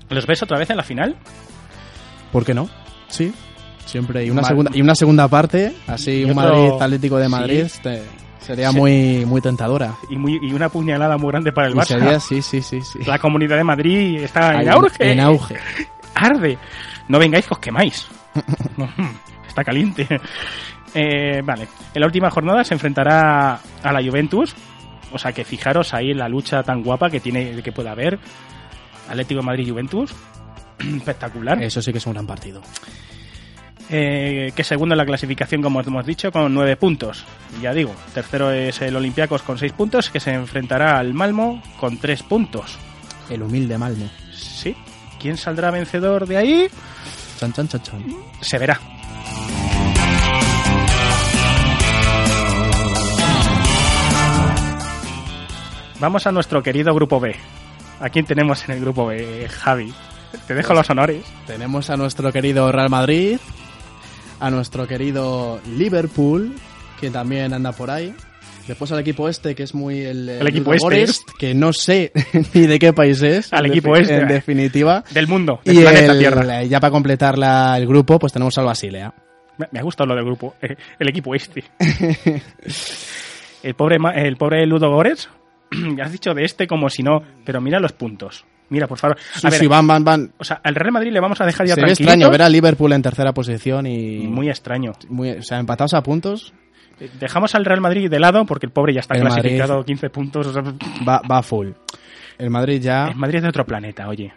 C: ¿Los ves otra vez en la final?
D: ¿Por qué no? Sí. Siempre. Y una,
C: Mar-
D: segunda, y una segunda parte, así
C: Y
D: un
C: otro-
D: Madrid Atlético de Madrid, este, sería
C: Sí.
D: muy, muy tentadora.
C: Y, muy, y una puñalada muy grande para el
D: Y
C: Barça.
D: sería, sí, sí, sí. sí.
C: La comunidad de Madrid está (laughs)
D: Ahí,
C: en auge.
D: En auge.
C: arde. No vengáis que os quemáis. (laughs) No, Está caliente. Eh, vale. En la última jornada se enfrentará a la Juventus. O sea que fijaros ahí la lucha tan guapa que tiene que pueda haber. Atlético de Madrid Juventus. (clears throat) Espectacular.
D: Eso sí que es un gran partido.
C: Eh, que segundo en la clasificación, como hemos dicho, con nueve puntos. Ya digo, tercero es el Olympiacos con seis puntos, que se enfrentará al Malmo con tres puntos.
D: El humilde Malmo.
C: Sí. ¿Quién saldrá vencedor de ahí?
D: Chan, chan, chan, chan.
C: se verá. Vamos a nuestro querido grupo B. ¿A quién tenemos en el grupo B, Javi? Te dejo los honores.
D: Tenemos a nuestro querido Real Madrid, a nuestro querido Liverpool, que también anda por ahí. Después al equipo este, que es muy el,
C: El equipo este.
D: Borest, que no sé (laughs) ni de qué país es.
C: Al
D: en
C: equipo
D: defi-
C: este.
D: En definitiva.
C: Del mundo, del
D: Y
C: planeta
D: el-
C: Tierra.
D: ya para completar la- el grupo, pues tenemos al Basilea.
C: Me- Me ha gustado lo del grupo, (laughs) eh, el equipo este.
D: (laughs)
C: el, pobre, ma- el pobre Ludo (clears throat) Górez, has dicho de este como si no, pero mira los puntos. Mira, por favor. A ver,
D: Sí, van, van, van.
C: o sea, al Real Madrid le vamos a dejar ya
D: Se ve
C: tranquilito.
D: extraño ver a Liverpool en tercera posición y
C: Muy extraño.
D: muy- o sea, empatados a puntos,
C: Dejamos al Real Madrid de lado porque el pobre ya está
D: El
C: clasificado 15 puntos. o sea,
D: va, va full. El Madrid ya...
C: el Madrid es de otro planeta, oye.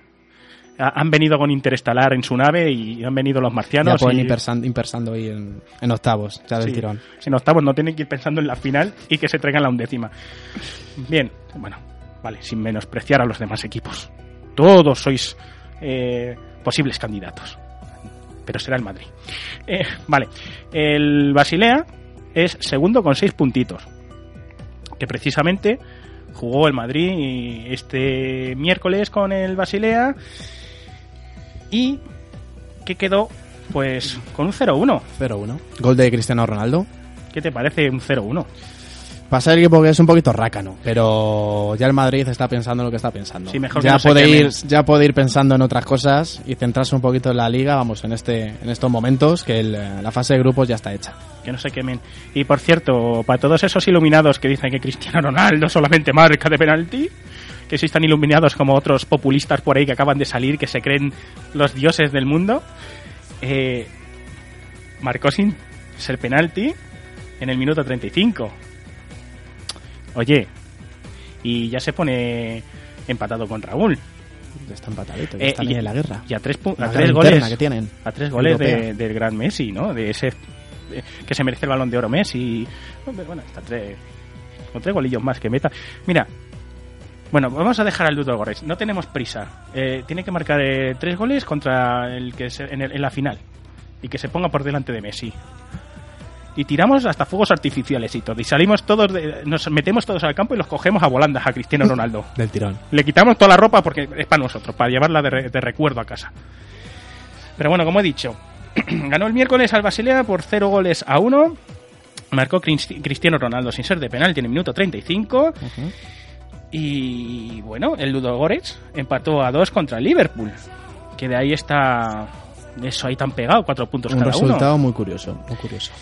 C: Ha- Han venido con Interestelar en su nave y han venido los
D: ya
C: marcianos.
D: pueden
C: y-
D: ir persan- ir persando ahí en, en octavos, ya del
C: sí,
D: tirón.
C: En octavos no tienen que ir pensando en la final y que se traigan la undécima. Bien, bueno, vale, sin menospreciar a los demás equipos. Todos sois eh, posibles candidatos. Pero será el Madrid. Eh, vale, el Basilea es segundo con seis puntitos. Que precisamente jugó el Madrid y este miércoles con el Basilea. Y que quedó pues con un 0-1.
D: 0-1. Gol de Cristiano Ronaldo.
C: ¿Qué te parece un 0-1?
D: Pasa el equipo que es un poquito rácano, pero ya el Madrid está pensando lo que está pensando.
C: Sí, mejor que
D: ya,
C: no se
D: puede
C: quemen.
D: ir, ya puede ir pensando en otras cosas y centrarse un poquito en la liga, vamos, en este en estos momentos, que el, eh, la fase de grupos ya está hecha.
C: Que no se quemen. Y por cierto, para todos esos iluminados que dicen que Cristiano Ronaldo (laughs) solamente marca de penalti, que sí están iluminados como otros populistas por ahí que acaban de salir, que se creen los dioses del mundo, eh, marcó sin ser penalti en el minuto 35. Oye, y ya se pone empatado con Raúl.
D: Está empatadito, ya
C: Eh,
D: están
C: y-
D: ahí en la guerra.
C: Y a tres, pu-
D: La
C: a
D: guerra
C: tres
D: interna
C: goles.
D: que tienen.
C: a tres goles de-
D: Europea.
C: del gran Messi, ¿no? De ese de- que se merece el balón de oro Messi. No, pero bueno, está tres, con tres golillos más que meta. Mira, bueno, vamos a dejar al Ludo Górez. No tenemos prisa. Eh, tiene que marcar eh, tres goles contra el que se- en, el- en la final y que se ponga por delante de Messi. Y tiramos hasta fuegos artificiales y todo. Y salimos todos, de- nos metemos todos al campo y los cogemos a volandas a Cristiano Ronaldo.
D: Del tirón.
C: Le quitamos toda la ropa porque es para nosotros, para llevarla de, re- de recuerdo a casa. Pero bueno, como he dicho, (clears throat) ganó el miércoles al Basilea por 0 goles a 1. Marcó Cristi- Cristiano Ronaldo sin ser de penalti en el minuto 35. Y bueno, el Ludo Goretz empató a 2 contra el Liverpool. Que de ahí está eso ahí tan pegado, cuatro puntos
D: Un
C: cada
D: resultado
C: uno.
D: muy curioso, muy curioso.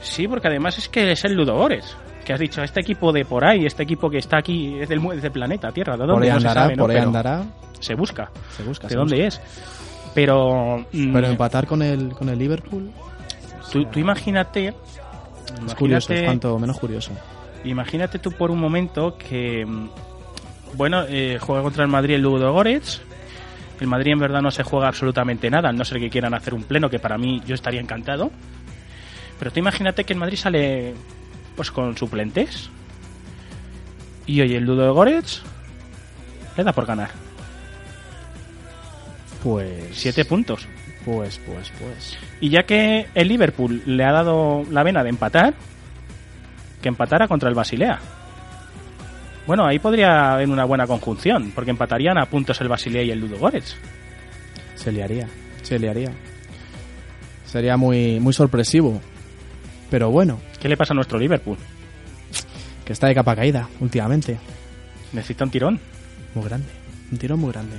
C: Sí, porque además es que es el Ludo Goretz. Que has dicho, este equipo de por ahí, este equipo que está aquí, es del, mu- es del planeta Tierra. ¿De dónde?
D: Por ahí
C: No se
D: andará,
C: sabe, ¿no?
D: por ahí
C: Pero
D: andará.
C: Se busca
D: Se busca.
C: de
D: se
C: dónde es. Pero, mm,
D: busca. Pero empatar con el, con el Liverpool
C: tú, tú imagínate,
D: es curioso, es
C: Imagínate-
D: cuanto menos curioso.
C: imagínate tú por un momento que, mm, bueno, eh, juega contra el Madrid el Ludo Goretz. El Madrid en verdad no se juega absolutamente nada, a no ser que quieran hacer un pleno, que para mí yo estaría encantado. Pero tú imagínate que el Madrid sale pues con suplentes. Y oye, el Ludo Goretz le da por ganar.
D: Pues.
C: Siete puntos.
D: Pues, pues, pues.
C: Y ya que el Liverpool le ha dado la vena de empatar, que empatara contra el Basilea. Bueno, ahí podría haber una buena conjunción, porque empatarían a puntos el Basilea y el Ludo Goretz.
D: Se liaría, se liaría. Sería muy, muy sorpresivo. Pero bueno,
C: ¿Qué le pasa a nuestro Liverpool?
D: que está de capa caída últimamente.
C: ¿Necesita un tirón?
D: Muy grande. Un tirón muy grande.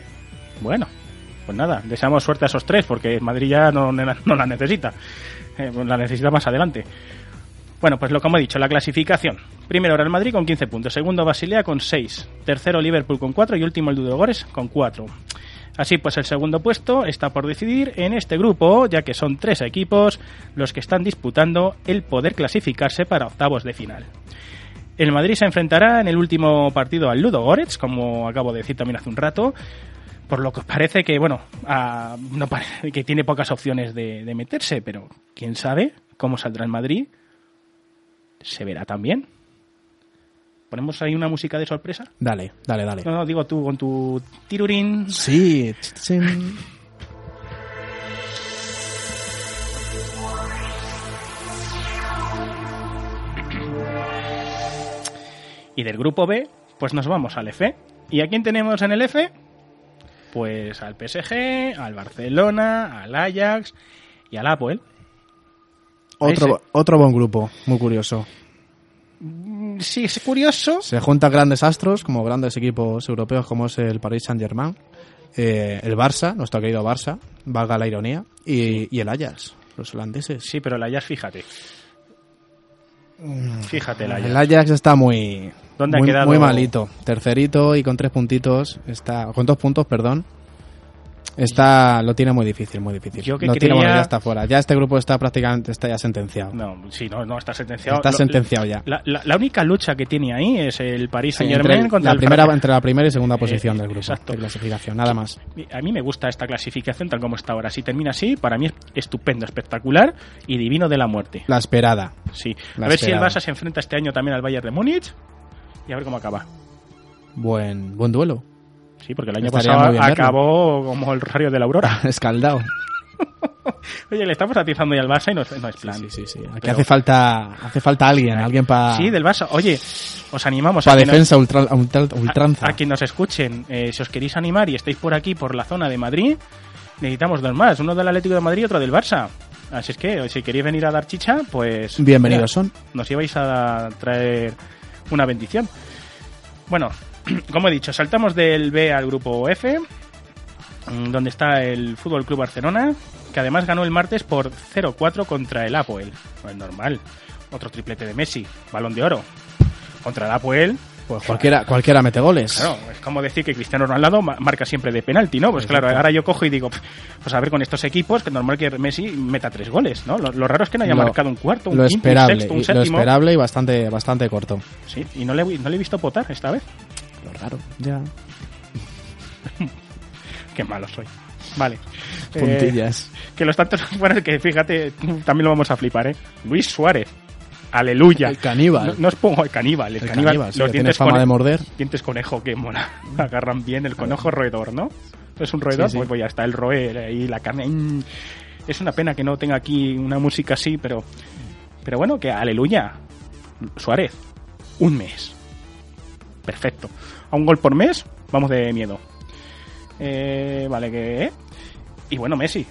C: Bueno, pues nada, deseamos suerte a esos tres porque Madrid ya no, no la necesita. Eh, pues la necesita más adelante. Bueno, pues lo como he dicho, la clasificación. Primero Real Madrid con 15 puntos, segundo Basilea con 6, tercero Liverpool con 4 y último el Ludogorets con 4. Así pues, el segundo puesto está por decidir en este grupo, ya que son tres equipos los que están disputando el poder clasificarse para octavos de final. El Madrid se enfrentará en el último partido al Ludo Goretz, como acabo de decir también hace un rato, por lo que parece que, bueno, ah, no parece que tiene pocas opciones de, de meterse, pero quién sabe cómo saldrá el Madrid. Se verá también. ¿Ponemos ahí una música de sorpresa?
D: Dale, dale, dale.
C: No, no, digo tú con tu tirurín.
D: Sí. tsin.
C: Y del grupo B, pues nos vamos al F. ¿Y a quién tenemos en el F? Pues al PSG, al Barcelona, al Ajax y al ¿eh? Apoel.
D: Otro,
C: Ese.
D: otro buen grupo, muy curioso.
C: Mm, Sí, es curioso.
D: Se juntan grandes astros, como grandes equipos europeos, como es el Paris Saint-Germain, eh, el Barça, nuestro querido Barça, valga la ironía, y, y el Ajax, los holandeses.
C: Sí, pero el Ajax, fíjate. Fíjate el Ajax.
D: El Ajax está muy,
C: ¿Dónde ha
D: muy,
C: quedado?
D: muy malito. Tercerito y con tres puntitos, está con dos puntos, perdón. Está, lo tiene muy difícil, muy difícil.
C: Yo que
D: no tiene, bueno,
C: creía-
D: ya está fuera. Ya este grupo está prácticamente, está ya sentenciado.
C: No, sí, no, no, está sentenciado.
D: Está
C: Lo-
D: sentenciado ya.
C: La, la- la única lucha que tiene ahí es el Paris
D: Sí,
C: Saint
D: entre,
C: Germain
D: el-
C: contra
D: la
C: el
D: primera,
C: Fran-
D: entre la primera y segunda posición
C: Eh,
D: del grupo
C: exacto.
D: de clasificación, nada más.
C: A mí me gusta esta clasificación tal como está ahora. Si termina así, para mí es estupendo, espectacular y divino de la muerte.
D: La esperada.
C: Sí.
D: La
C: a ver si el
D: esperada.
C: Barça se enfrenta este año también al Bayern de Múnich y a ver cómo acaba.
D: Buen, buen duelo.
C: Sí, porque el año
D: Estaría muy
C: pasado
D: bien verlo.
C: acabó como el Rosario de la Aurora.
D: (laughs)
C: (laughs)
D: Escaldado.
C: Oye, le estamos atizando ya al Barça y no, es- no es plan.
D: Sí, sí, sí. Aquí
C: Pero-
D: hace falta, hace falta alguien, alguien para
C: Sí, del Barça. Oye, os animamos a que nos-
D: defensa ultra- ultra- ultranza.
C: A, a que nos escuchen, eh, si os queréis animar y estáis por aquí, por la zona de Madrid, necesitamos dos más, uno del Atlético de Madrid y otro del Barça. Así es que, si queréis venir a dar chicha, pues...
D: Bienvenidos son.
C: mira, nos ibais a traer una bendición. Bueno, (clears throat) como he dicho, saltamos del B al grupo F, mm, donde está el Fútbol Club Barcelona, que además ganó el martes por 0-4 contra el Apoel. Pues normal, otro triplete de Messi, balón de oro. Contra el Apoel,
D: Pues cualquiera, cualquiera mete goles.
C: Claro, es como decir que Cristiano Ronaldo ma- marca siempre de penalti, ¿no? Pues claro,
D: Exacto.
C: ahora yo cojo y digo, pues a ver con estos equipos, que normal que Messi meta tres goles, ¿no? Lo, lo raro es que no haya
D: Lo-
C: marcado un cuarto, un
D: lo
C: quinto,
D: esperable,
C: un sexto, un
D: y- lo
C: séptimo.
D: esperable y bastante, bastante corto.
C: Sí, y no le, no le he visto potar esta vez.
D: Lo raro. Ya.
C: Eh, Qué malo soy. Vale. Eh,
D: Puntillas.
C: que los tantos (laughs) bueno, que fíjate, también lo vamos a flipar, ¿eh? Luis Suárez. Aleluya.
D: El caníbal.
C: No, no os pongo el caníbal, el,
D: el
C: caníbal.
D: caníbal, sí,
C: los
D: que tiene
C: dientes,
D: fama
C: cone-
D: de morder.
C: dientes conejo que mola. (laughs) Agarran bien el conejo roedor, ¿no? Es un roedor,
D: Sí, sí.
C: pues voy hasta el roer y la carne. Mm. Es una pena que no tenga aquí una música así, pero pero bueno, que aleluya. Suárez, un mes. Perfecto. A un gol por mes, vamos de miedo. Eh, vale, que. Y bueno, Messi.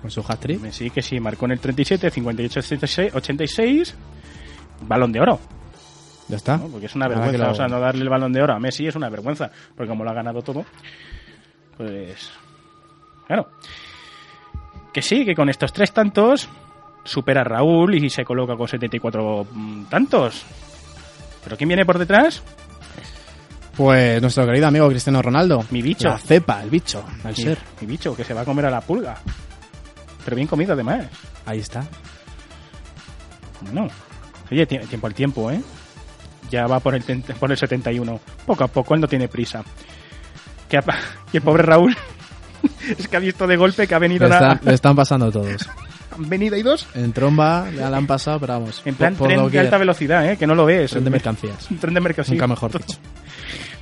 D: Con su hat-trick.
C: Messi que sí, marcó en el 37, 58, 86, 86. Balón de oro.
D: Ya está.
C: ¿no? Porque es una
D: Ahora
C: vergüenza,
D: que lo-
C: o sea, no darle el balón de oro a Messi es una vergüenza, porque como lo ha ganado todo, pues... Claro. Que sí, que con estos tres tantos supera a Raúl y se coloca con 74 tantos. ¿Pero quién viene por detrás?
D: Pues nuestro querido amigo Cristiano Ronaldo.
C: Mi bicho.
D: La cepa, el bicho. Al
C: Mi-
D: ser.
C: Mi bicho, que se va a comer a la pulga. Pero bien comido además.
D: Ahí está.
C: No. Oye, tie- tiempo al tiempo, ¿eh? Ya va por el, ten- por el 71. Poco a poco, él no tiene prisa. Que apa- (laughs) y el pobre Raúl es que ha visto de golpe que ha
D: Le
C: venido la-
D: están, le están pasando
C: (laughs)
D: todos.
C: han venido ahí dos.
D: En tromba ya la han pasado, pero vamos.
C: En plan
D: por- por
C: tren de
D: doquier.
C: alta velocidad, ¿eh? Que no lo ves.
D: Tren de mercancías.
C: Un (laughs) tren de mercancía.
D: Nunca mejor dicho.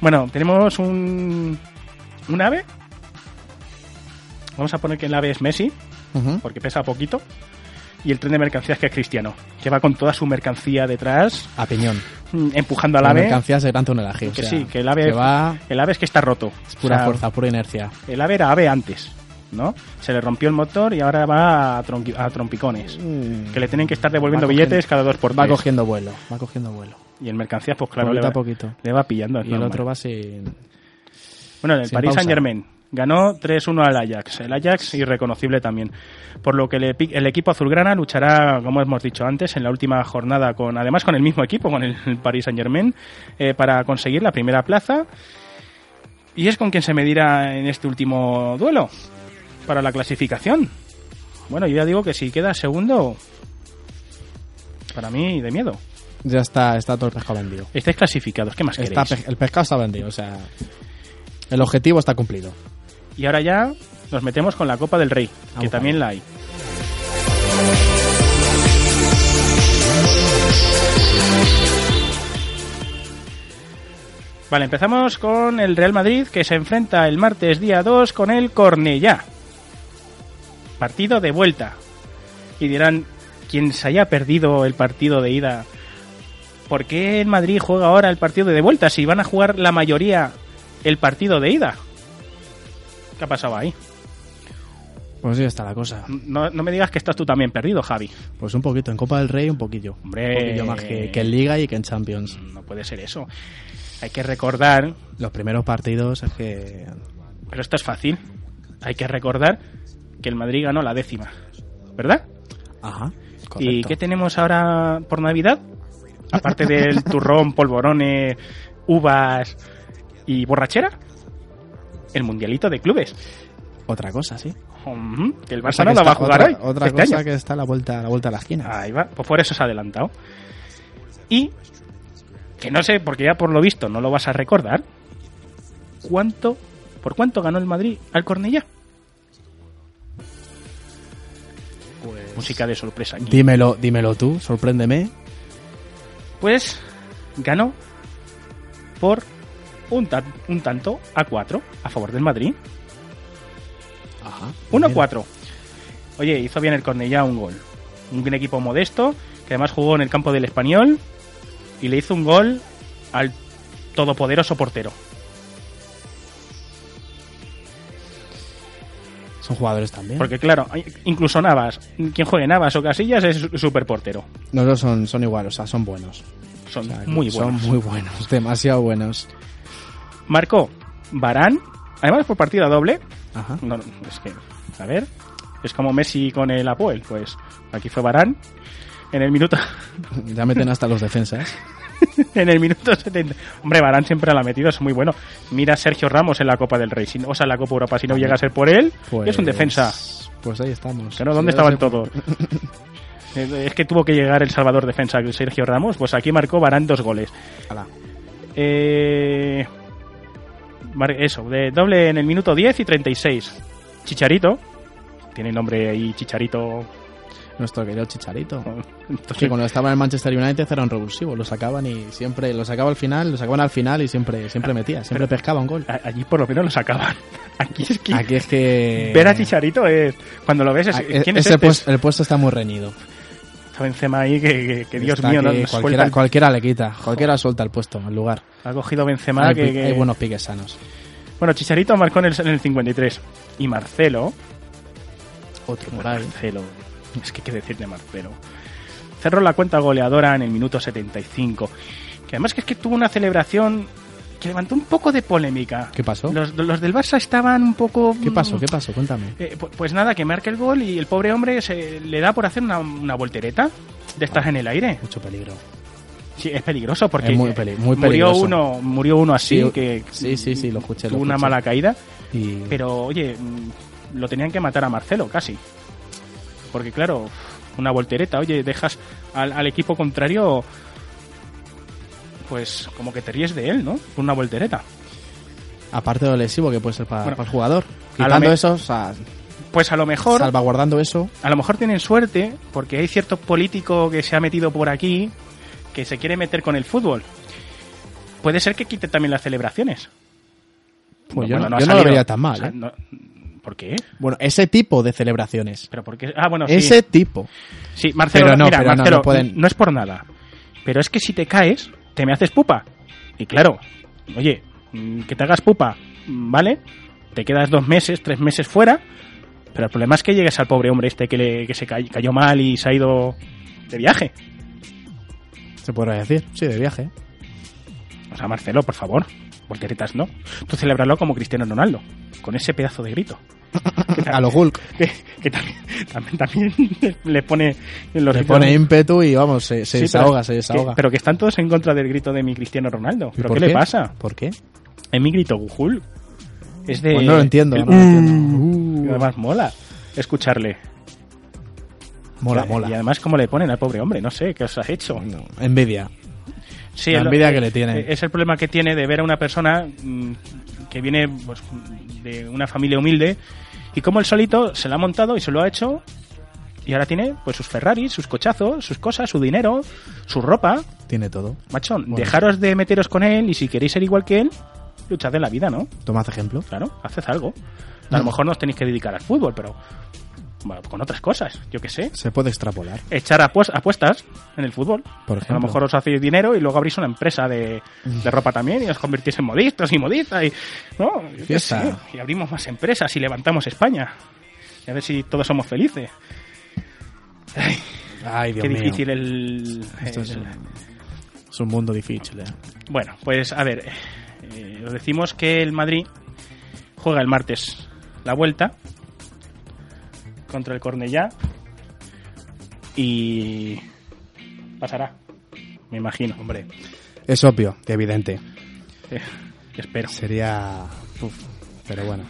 C: Bueno, tenemos un... ¿Un ave? Vamos a poner que el ave es Messi,
D: Ujú.
C: porque pesa poquito. Y el tren de mercancías que es Cristiano, que va con toda su mercancía detrás,
D: A piñón.
C: mm, empujando al
D: La
C: ave.
D: mercancía es de gran tonelaje. o
C: Que
D: sea,
C: sí, que el ave,
D: va
C: el ave es que está roto.
D: es pura
C: O sea,
D: fuerza, pura inercia.
C: El ave era ave antes. ¿no? Se le rompió el motor y ahora va a, tronqui- a trompicones.
D: Mm.
C: Que le tienen que estar devolviendo
D: Va cogiendo-
C: billetes cada dos por
D: Va
C: tres.
D: cogiendo vuelo, va cogiendo vuelo.
C: Y el mercancías, pues claro, le
D: poquito
C: va,
D: a poquito.
C: le va pillando. es
D: Y el
C: normal.
D: otro va sin...
C: Bueno, el
D: Sin
C: Paris
D: pausa.
C: Saint Germain ganó 3-1 al Ajax. El Ajax irreconocible también. Por lo que el, epi- el equipo azulgrana luchará, como hemos dicho antes, en la última jornada, con además con el mismo equipo, con el, (laughs) Paris Saint Germain, para conseguir la primera plaza. Y es con quien se medirá en este último duelo para la clasificación. Bueno, yo ya digo que si queda segundo, para mí de miedo.
D: Ya está, está todo el pescado vendido.
C: Estáis clasificados, ¿qué más
D: Está
C: queréis?
D: pe- el pescado está vendido, o sea... El objetivo está cumplido.
C: Y ahora ya nos metemos con la Copa del Rey, que
D: Vamos
C: también la hay. Vale, empezamos con el Real Madrid que se enfrenta el martes día 2 con el Cornellá. Partido de vuelta. Y dirán, quien se haya perdido el partido de ida, ¿por qué el Madrid juega ahora el partido de vuelta si van a jugar la mayoría el partido de ida? ¿Qué ha pasado ahí?
D: Pues sí, está la cosa.
C: No, no me digas que estás tú también perdido, Javi.
D: Pues un poquito, en Copa del Rey un poquillo.
C: Hombre. Mm.
D: Un poquillo más que, que en Liga y que en Champions.
C: No puede ser eso. Hay que recordar,
D: Los primeros partidos es que...
C: pero esto es fácil, hay que recordar que el Madrid ganó la décima, ¿verdad?
D: Ajá.
C: ¿Y qué tenemos ahora por Navidad? Aparte
D: (laughs)
C: del turrón, polvorones, uvas y borrachera, el mundialito de clubes.
D: Otra cosa, sí.
C: Ujú, que el
D: Cosa
C: Barça
D: que
C: no la va
D: Pues está-
C: a jugar
D: otra,
C: hoy.
D: Otra
C: este
D: cosa
C: año.
D: que está a la vuelta, a la vuelta a la esquina.
C: Ahí va, pues por eso se ha adelantado. Y que no sé, porque ya por lo visto no lo vas a recordar. ¿Cuánto, por cuánto ganó el Madrid al Cornellá? Música de sorpresa. aquí.
D: Dímelo, dímelo tú, sorpréndeme.
C: Pues ganó por un, tan- un tanto a 4 a favor del Madrid.
D: Ajá.
C: 1-4. Oye, hizo bien el Cornellá un gol. Un equipo modesto, que además jugó en el campo del español y le hizo un gol al todopoderoso portero.
D: Son jugadores también.
C: Porque claro, hay- incluso Navas, quien juegue Navas o Casillas es súper portero.
D: No, no son, son igual, o sea, son buenos.
C: Son
D: O sea,
C: muy
D: son
C: buenos.
D: muy buenos, (laughs) demasiado buenos.
C: Marcó Barán, además por partida doble.
D: Ajá.
C: No, no, es que, a ver, es como Messi con el Apoel. Pues aquí fue Barán en el minuto
D: Ya meten hasta
C: (laughs)
D: los defensas.
C: en el minuto 70. Hombre, Barán siempre la ha metido, es muy bueno. Mira a Sergio Ramos en la Copa del Rey, si no- o sea, en la Copa Europa, si no llega a ser por él,
D: Pues,
C: es un defensa.
D: Pues ahí estamos.
C: Que no, ¿Dónde
D: Sí,
C: estaban
D: ahora
C: todos?
D: (laughs)
C: Eh, Es que tuvo que llegar el Salvador defensa que Sergio Ramos, pues aquí marcó Barán dos goles.
D: se- Ala.
C: Eh, mar- eso, de doble en el minuto 10 y 36. Chicharito, tiene nombre ahí Chicharito.
D: Nuestro querido Chicharito.
C: Oh. Entonces,
D: Que cuando estaba en el Manchester United era un revulsivo. Lo sacaban y siempre, lo sacaba al final, lo sacaban al final y siempre, siempre metía, siempre pescaba un gol.
C: a- allí por lo menos lo sacaban. (laughs) Aquí es que
D: Aquí es que.
C: ver a Chicharito es cuando lo ves es,
D: Ah, e-
C: ¿quién es
D: ese
C: este?
D: puest- el puesto está muy reñido.
C: Está Benzema ahí, que, que- que Dios
D: Está
C: mío, no,
D: que
C: no
D: cualquiera,
C: suelta.
D: cualquiera le quita, cualquiera suelta el puesto, el lugar.
C: Ha cogido Benzema.
D: hay,
C: que,
D: pi-
C: que-
D: hay buenos piques sanos.
C: Bueno, Chicharito marcó en el, en el 53. Y Marcelo.
D: Otro por ahí.
C: Marcelo. Es que qué decir de Marcelo. Cerró la cuenta goleadora en el minuto 75. Que además que es que tuvo una celebración que levantó un poco de polémica.
D: ¿Qué pasó?
C: Los, los del Barça estaban un poco.
D: ¿Qué pasó?
C: mm,
D: ¿Qué pasó? Cuéntame.
C: Eh, pu- pues nada, que marca el gol y el pobre hombre se le da por hacer una, una voltereta de estas en el aire.
D: Mucho peligro.
C: Sí, es peligroso porque
D: Es muy peli- muy
C: murió
D: peligroso.
C: uno, murió uno así
D: Sí,
C: que
D: sí, sí, sí, lo escuché, lo
C: tuvo una
D: escuché.
C: mala caída,
D: Y
C: pero oye, mm, lo tenían que matar a Marcelo casi, porque claro, una voltereta, oye, dejas al, al equipo contrario, pues como que te ríes de él, ¿no? Una voltereta.
D: aparte de lo lesivo que puede ser para
C: Bueno,
D: el jugador.
C: a la
D: Quitando
C: me-
D: eso, o sea,
C: Pues a lo mejor
D: salvaguardando eso.
C: a lo mejor tienen suerte porque hay cierto político que se ha metido por aquí que se quiere meter con el fútbol. Puede ser que quite también las celebraciones.
D: Pues yo no-
C: ha
D: yo no lo
C: salido.
D: vería tan mal, ¿eh?
C: no- ¿Por qué?
D: Bueno, ese tipo de celebraciones.
C: Pero porque ah bueno sí.
D: Ese tipo.
C: sí Marcelo
D: Pero no,
C: mira
D: pero no,
C: Marcelo
D: no pueden-
C: no es por nada pero es que si te caes te me haces pupa y claro oye mm, que te hagas pupa mm, vale te quedas dos meses tres meses fuera Pero el problema es que llegues al pobre hombre este que, le- que se cay- cayó mal y se ha ido de viaje.
D: Se podrá decir, sí, de viaje.
C: O sea, Marcelo, por favor, volteretas no. Tú celebralo como Cristiano Ronaldo, con ese pedazo de
D: (laughs)
C: grito.
D: A lo Hulk.
C: Que, que también, (laughs) también, también le pone en los
D: Le
C: gritos-
D: pone ímpetu y vamos, se, se
C: Sí,
D: desahoga,
C: pero-
D: se desahoga.
C: que- pero que están todos en contra del grito de mi Cristiano Ronaldo.
D: ¿Y
C: ¿Pero qué,
D: por
C: le pasa?
D: ¿Por qué?
C: En mi grito Gujul. Es de.
D: Pues no lo entiendo.
C: el-
D: no lo entiendo. Uh.
C: y además mola escucharle.
D: Mola,
C: Y-
D: mola.
C: Y además, cómo le ponen al pobre hombre, no sé, ¿qué os has hecho?
D: No, envidia.
C: Sí,
D: La
C: es lo-
D: envidia que
C: eh,
D: le tiene.
C: eh, Es el problema que tiene de ver a una persona mm, que viene pues, de una familia humilde y como él solito se la ha montado y se lo ha hecho y ahora tiene pues sus Ferraris, sus cochazos, sus cosas, su dinero, su ropa.
D: Tiene todo.
C: Macho, dejaros de meteros con él y si queréis ser igual que él, luchad en la vida, ¿no?
D: Tomad ejemplo.
C: Claro, haced algo. A lo mejor no os tenéis que dedicar al fútbol, pero bueno, con otras cosas, yo qué sé.
D: Se puede extrapolar.
C: Echar apues- apuestas en el fútbol.
D: Por
C: A
D: ejemplo.
C: lo mejor os hacéis dinero y luego abrís una empresa de, de ropa también y os convertís en modistas y modistas y, ¿no? Yo qué
D: Fiesta.
C: sé. y abrimos más empresas y levantamos España. Y a ver si todos somos felices.
D: Ay, Dios
C: Qué
D: mío.
C: difícil el,
D: Esto es
C: el-
D: un, es un mundo difícil. eh.
C: Bueno, pues a ver, eh, os decimos que el Madrid juega el martes la vuelta contra el Cornellá y pasará, me imagino. Hombre,
D: Es obvio, evidente.
C: espero.
D: Sería. uf, pero bueno.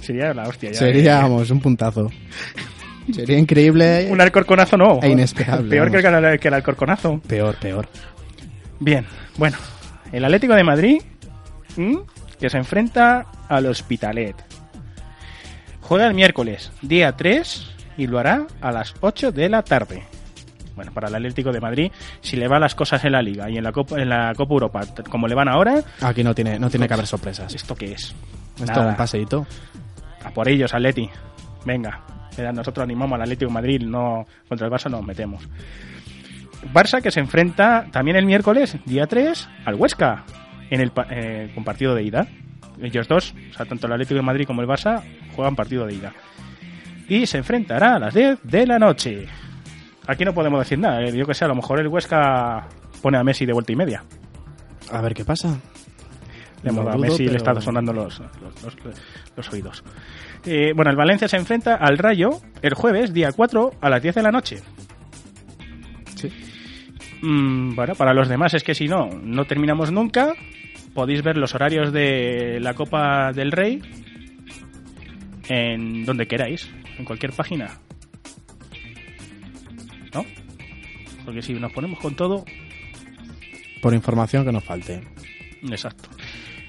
C: Sería la hostia. Ya,
D: Sería,
C: eh.
D: vamos, un puntazo.
C: (laughs)
D: Sería increíble.
C: un alcorconazo, no.
D: E inesperable,
C: Peor que el, que el alcorconazo.
D: Peor, peor.
C: Bien, bueno, el Atlético de Madrid ¿m? que se enfrenta al Hospitalet. Juega el miércoles, día 3, y lo hará a las 8 de la tarde. Bueno, para el Atlético de Madrid, si le van las cosas en la Liga y en la Copa, en la Copa Europa, t- como le van ahora, pues,
D: Aquí no tiene, no tiene que haber sorpresas.
C: ¿esto qué es?
D: Esto
C: Nada.
D: un paseíto.
C: A por ellos, Atleti. Venga, eh, nosotros animamos al Atlético de Madrid, no contra el Barça nos metemos. Barça que se enfrenta también el miércoles, día 3, al Huesca, en el pa- eh, con partido de ida. Ellos dos, o sea, tanto el Atlético de Madrid como el Barça, juegan partido de ida. Y se enfrentará a las 10 de la noche. Aquí no podemos decir nada, eh, yo que sé, a lo mejor el Huesca pone a Messi de vuelta y media.
D: A ver qué pasa.
C: Le
D: Lo
C: hemos dado a
D: dudo,
C: Messi y le
D: pero-
C: está sonando los, los- los- los oídos. Eh, bueno, el Valencia se enfrenta al Rayo el jueves, día 4, a las 10 de la noche.
D: Sí.
C: Mm, bueno, para los demás es que si no, no terminamos nunca. Podéis ver los horarios de la Copa del Rey en donde queráis, en cualquier página. ¿No? Porque si nos ponemos con todo,
D: Por información que nos falte.
C: Exacto.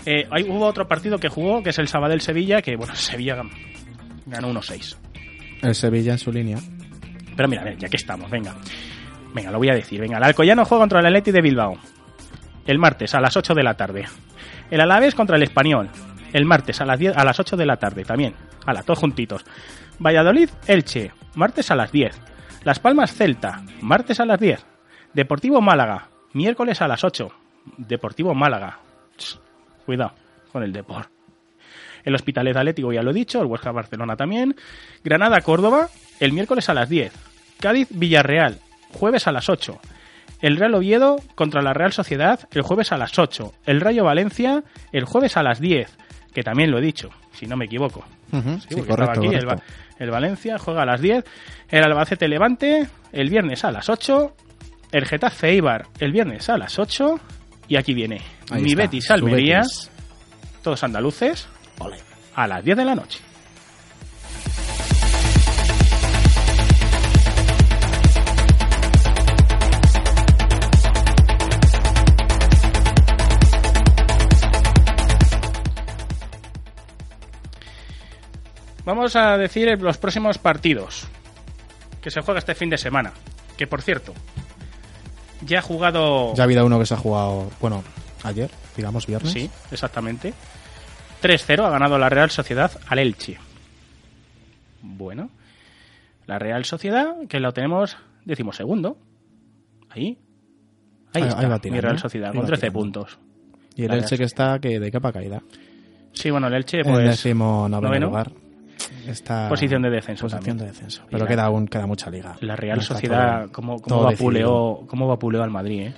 C: Eh, hay, hubo otro partido que jugó, que es el Sabadell Sevilla, que bueno, Sevilla gan- ganó 1-6.
D: El Sevilla en su línea.
C: Pero mira, a ver, ya que estamos, venga. Venga, lo voy a decir. Venga, el Alcoyano juega contra el Atleti de Bilbao. El martes a las 8 de la tarde. El Alavés contra el Español. El martes a las, 10 a las 8 de la tarde también. A las dos juntitos. Valladolid, Elche. Martes a las 10. Las Palmas, Celta. Martes a las 10. Deportivo Málaga. Miércoles a las 8. Deportivo Málaga. Ch, Cuidado con el Depor. El Hospitalet Atlético, ya lo he dicho, el Huesca Barcelona también. Granada Córdoba, el miércoles a las 10. Cádiz Villarreal, jueves a las 8. El Real Oviedo contra la Real Sociedad, el jueves a las 8. El Rayo Valencia, el jueves a las 10. Que también lo he dicho, si no me equivoco.
D: Ujú,
C: Sí, porque estaba aquí, el Va- El, Valencia juega a las 10. El Albacete Levante, el viernes a las 8. El Getafe Eibar, el viernes a las 8. Y aquí viene
D: Ahí
C: mi
D: está,
C: Betis
D: su
C: Almería,
D: Betis.
C: todos andaluces, a las 10 de la noche. Vamos a decir los próximos partidos que se juega este fin de semana. Que por cierto, ya ha jugado.
D: Ya ha habido uno que se ha jugado, bueno, ayer, digamos viernes.
C: Sí, exactamente. 3-0 ha ganado la Real Sociedad al Elche. Bueno, la Real Sociedad, que lo tenemos decimosegundo. Ahí. Ahí,
D: Ahí-
C: está,
D: ahí va tirando,
C: mi
D: ¿eh?
C: Real Sociedad,
D: ahí
C: con
D: va
C: 13
D: tirando.
C: puntos.
D: Y el
C: La
D: Elche
C: verdad.
D: que está que de capa caída.
C: Sí, bueno, el Elche,
D: el
C: pues.
D: décimo noveno
C: noveno.
D: lugar. Está
C: Posición de descenso
D: posición
C: también.
D: de descenso.
C: Y
D: Pero
C: la-
D: queda, aún, queda mucha liga.
C: La Real
D: No está
C: Sociedad,
D: todo-
C: cómo, cómo
D: todo
C: vapuleó, cómo vapuleó al Madrid, ¿eh?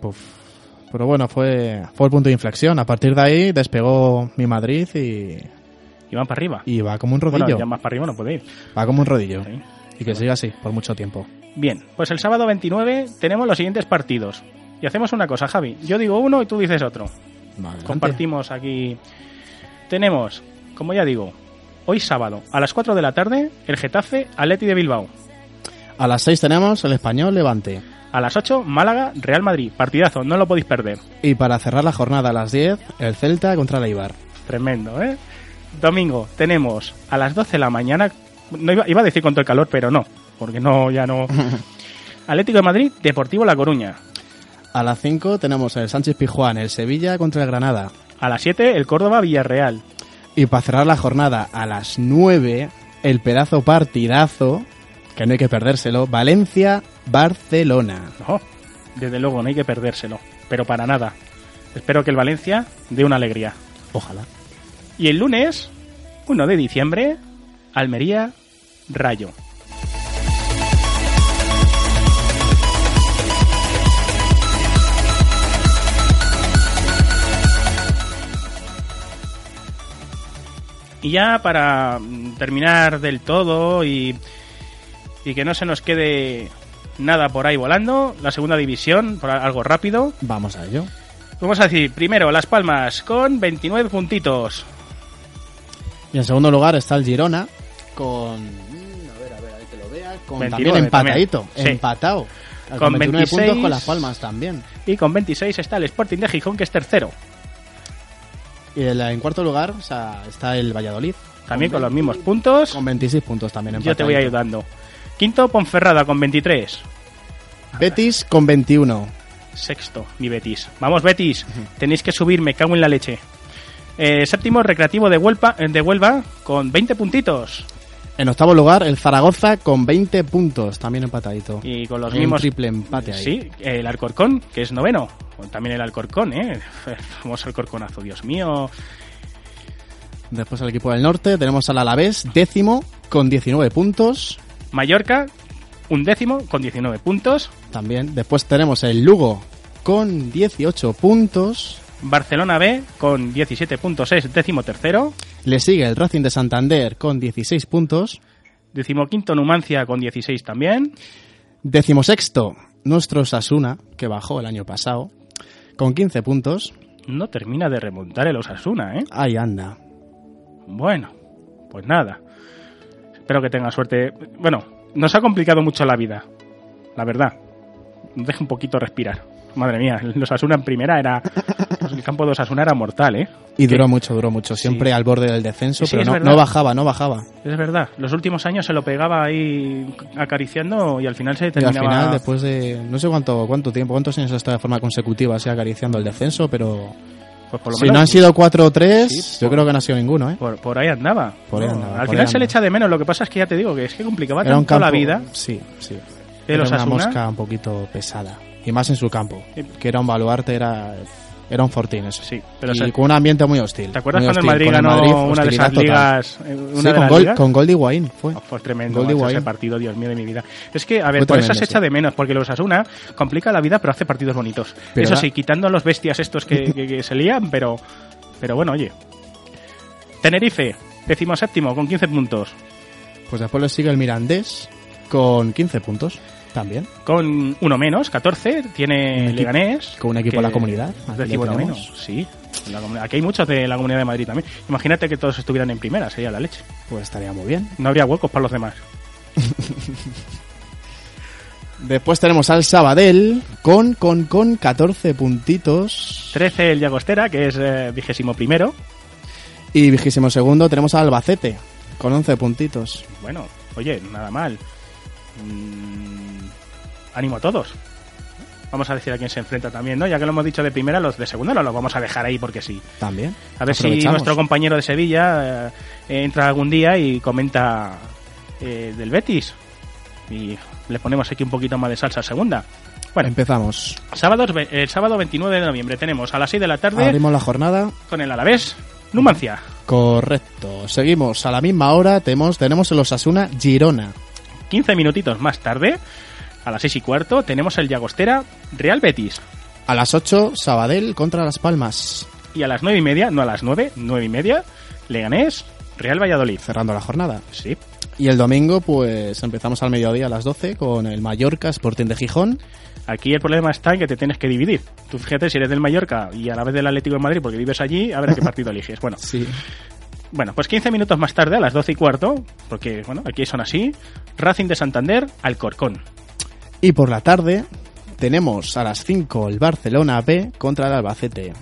D: Puf. Pero bueno, fue, fue el punto de inflexión. A partir de ahí despegó mi Madrid y,
C: Iban para arriba.
D: y va como un rodillo.
C: Bueno, ya más para arriba no puede ir.
D: Va como un rodillo.
C: Sí.
D: Y que siga así por mucho tiempo.
C: Bien, pues el sábado 29 tenemos los siguientes partidos. Y hacemos una cosa, Javi. Yo digo uno y tú dices otro.
D: Adelante.
C: Compartimos aquí. Tenemos, como ya digo, hoy sábado a las 4 de la tarde el Getafe Atleti de Bilbao.
D: A las 6 tenemos el español Levante.
C: A las 8 Málaga Real Madrid. Partidazo, no lo podéis perder.
D: Y para cerrar la jornada a las 10, el Celta contra el Eibar.
C: Tremendo, ¿eh? Domingo tenemos a las 12 de la mañana. No iba, iba a decir con todo el calor, pero no, porque no, ya no. Atlético de Madrid, Deportivo La Coruña.
D: A las 5 tenemos el Sánchez Pijuán, el Sevilla contra el Granada.
C: A las 7 el Córdoba Villarreal.
D: Y para cerrar la jornada a las 9, el pedazo partidazo, que no hay que perdérselo, Valencia-Barcelona.
C: No, desde luego no hay que perdérselo, pero para nada. Espero que el Valencia dé una alegría.
D: Ojalá.
C: Y el lunes, 1 de diciembre, Almería Rayo. Y ya para mm, terminar del todo y, y que no se nos quede nada por ahí volando, la segunda división, por a- algo rápido,
D: Vamos a ello.
C: vamos a decir primero Las Palmas con 29 puntitos.
D: Y en segundo lugar está el Girona con... mm, A ver, a ver, ahí que lo vea. Con
C: 29
D: también empatadito,
C: también. Sí.
D: empatado. Con,
C: Con
D: 29 puntos
C: 26.
D: con las palmas también.
C: Y con 26 está el Sporting de Gijón, que es tercero.
D: Y en la- en cuarto lugar o sea, está el Valladolid.
C: También con los
D: ve-
C: mismos puntos.
D: Con 26 puntos también
C: Yo te voy
D: empatadito.
C: ayudando. Quinto, Ponferrada con 23.
D: Betis con 21.
C: Sexto, mi Betis. Vamos, Betis. Tenéis que subir, me cago en la leche. Eh, séptimo, Recreativo de Huelva, de Huelva con 20 puntitos.
D: En octavo lugar, el Zaragoza con 20 puntos, también empatadito.
C: Y con los
D: Hay un
C: mismos.
D: triple empate ahí.
C: Sí, el Alcorcón, que es noveno. También el Alcorcón, ¿eh? (laughs) El famoso Alcorconazo, Dios mío.
D: Después el equipo del norte, tenemos al Alavés, décimo, con 19 puntos.
C: Mallorca, un décimo con 19 puntos.
D: También. Después tenemos el Lugo con 18 puntos.
C: Barcelona B con 17 puntos es décimo tercero.
D: Le sigue el Racing de Santander con 16 puntos.
C: Decimoquinto Numancia con 16 también.
D: Decimosexto, nuestro Sasuna, que bajó el año pasado, con 15 puntos.
C: No termina de remontar el Osasuna, ¿eh?
D: Ahí anda.
C: Bueno, pues nada. Espero que tenga suerte. Bueno, nos ha complicado mucho la vida, la verdad. Nos deja un poquito respirar. Madre mía, el Osasuna en primera era... pues El campo de Osasuna era mortal, ¿eh?
D: Y
C: Que-
D: duró mucho, duró mucho. Siempre al borde del descenso,
C: Sí,
D: pero
C: es
D: no,
C: verdad.
D: no bajaba, no bajaba.
C: Es verdad, los últimos años se lo pegaba ahí acariciando y al final se
D: Y al
C: terminaba...
D: final, después de no sé cuánto cuánto tiempo, cuántos años está de forma consecutiva así acariciando el descenso, pero
C: pues por lo
D: si
C: menos-
D: no han sido 4 o 3,
C: Sí,
D: yo
C: por-
D: creo que no ha sido ninguno, ¿eh?
C: Por, por ahí andaba.
D: Por ahí
C: No,
D: andaba,
C: al
D: por
C: final
D: ahí
C: se le
D: andaba.
C: echa de menos. Lo que pasa es que ya te digo que es que complicaba tanto la vida
D: Sí, sí.
C: de los
D: era una
C: Asuna.
D: mosca un poquito pesada. Y más en su campo,
C: Sí.
D: que era un baluarte, era, era un fortín eso.
C: Sí, pero
D: y
C: se-
D: con un ambiente muy hostil.
C: ¿Te acuerdas
D: muy
C: cuando el
D: hostil.
C: Madrid
D: Con
C: ganó una de
D: hostilidad
C: esas
D: total.
C: ligas? eh, Una
D: Sí,
C: de
D: con,
C: las
D: gol,
C: ligas?
D: con gol de Higuaín fue.
C: Oh, Pues tremendo
D: Gol de
C: macho, ese
D: Higuaín.
C: partido, Dios mío de mi vida. Es que, a ver,
D: Fue
C: por eso
D: tremendo,
C: se echa
D: sí.
C: de menos, porque los Asuna complica la vida, pero hace partidos bonitos.
D: Pero
C: eso
D: ahora-
C: sí, quitando a los bestias estos que, que- que se lían, pero, pero bueno, oye. Tenerife, séptimo con 15 puntos.
D: Pues después le sigue el Mirandés con 15 puntos también.
C: Con uno menos, 14, tiene
D: Un equi-
C: Leganés.
D: con un equipo de la comunidad, aquí
C: decir,
D: lo
C: uno
D: tenemos.
C: menos, sí. La comu- aquí hay muchos de la Comunidad de Madrid también. Imagínate que todos estuvieran en primera, sería la leche.
D: Pues estaría muy bien.
C: No habría huecos para los demás.
D: Después tenemos al Sabadell con, con, con 14 puntitos.
C: 13 el Llagostera, que es eh, vigésimo primero.
D: Y vigésimo segundo tenemos al Albacete con 11 puntitos.
C: Bueno, oye, nada mal. Mm, ánimo a todos. Vamos a decir a quién se enfrenta también, ¿no? Ya que lo hemos dicho de primera, los de segunda no los vamos a dejar ahí porque sí.
D: También.
C: A ver si
D: Aprovechamos.
C: nuestro compañero de Sevilla eh, entra algún día y comenta eh, del Betis. Y le ponemos aquí un poquito más de salsa a segunda. Bueno,
D: Empezamos.
C: sábados ve- eh, el sábado 29 de noviembre tenemos a las 6 de la tarde
D: Abrimos la jornada
C: con el Alavés Numancia.
D: Correcto. Seguimos. A la misma hora tenemos, tenemos el Osasuna Girona.
C: 15 minutitos más tarde, a las 6 y cuarto, tenemos el Llagostera Real Betis.
D: A las 8, Sabadell contra Las Palmas.
C: Y a las 9 y media, no a las 9, 9 y media, Leganés Real Valladolid.
D: Cerrando la jornada.
C: Sí.
D: Y el domingo, pues empezamos al mediodía a las 12 con el Mallorca Sporting de Gijón.
C: Aquí el problema está en que te tienes que dividir. Tú fíjate si eres del Mallorca y a la vez del Atlético de Madrid porque vives allí, a ver a qué partido eliges. Bueno,
D: Sí.
C: bueno, pues 15 minutos más tarde, a las 12 y cuarto, porque bueno, aquí son así, Racing de Santander Alcorcón.
D: Y por la tarde tenemos a las 5 el Barcelona B contra el Albacete.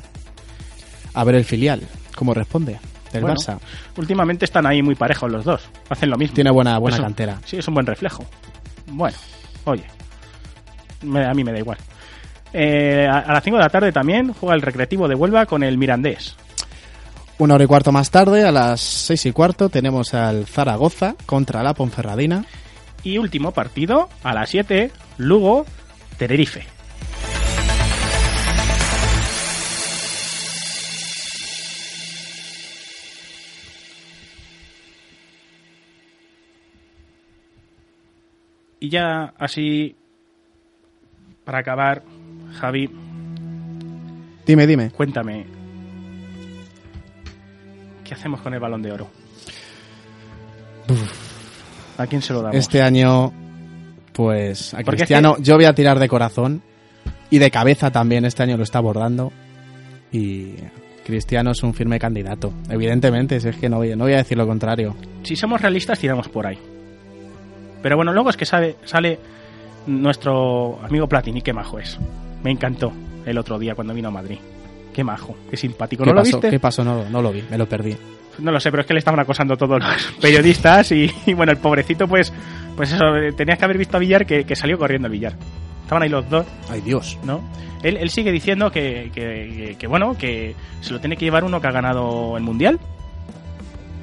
D: A ver el filial, cómo responde del
C: Bueno,
D: Barça.
C: Últimamente están ahí muy parejos los dos. Hacen lo mismo.
D: Tiene buena, buena
C: Es un-
D: cantera.
C: Sí, es un buen reflejo. Bueno, oye. me- a mí me da igual. Eh, a, a las 5 de la tarde también juega el Recreativo de Huelva con el Mirandés.
D: Una hora y cuarto más tarde, a las 6 y cuarto, tenemos al Zaragoza contra la Ponferradina.
C: Y último partido, a las 7, Lugo, Tenerife. Y ya así, para acabar, Javi,
D: Dime, dime.
C: cuéntame, ¿qué hacemos con el balón de oro? ¿A quién se lo damos?
D: Este año, pues a
C: Porque
D: Cristiano, yo voy a tirar de corazón y de cabeza también. Este año lo está abordando. Y Cristiano es un firme candidato, evidentemente. Si es que no voy, no voy a decir lo contrario.
C: si somos realistas, tiramos por ahí. Pero bueno, luego es que sale, sale nuestro amigo Platini, qué majo es. Me encantó el otro día cuando vino a Madrid. Qué majo, qué simpático.
D: ¿Qué
C: ¿No lo
D: pasó?
C: viste?
D: ¿Qué pasó? No, lo- no lo vi, me lo perdí.
C: No lo sé, pero es que le estaban acosando todos los (laughs) periodistas y, y bueno, el pobrecito, pues, pues eso, eh, tenías que haber visto a Villar que, que salió corriendo el Villar. Estaban ahí los dos,
D: Ay, Dios.
C: ¿no? Él, él sigue diciendo que, que- que- que, bueno, que se lo tiene que llevar uno que ha ganado el Mundial.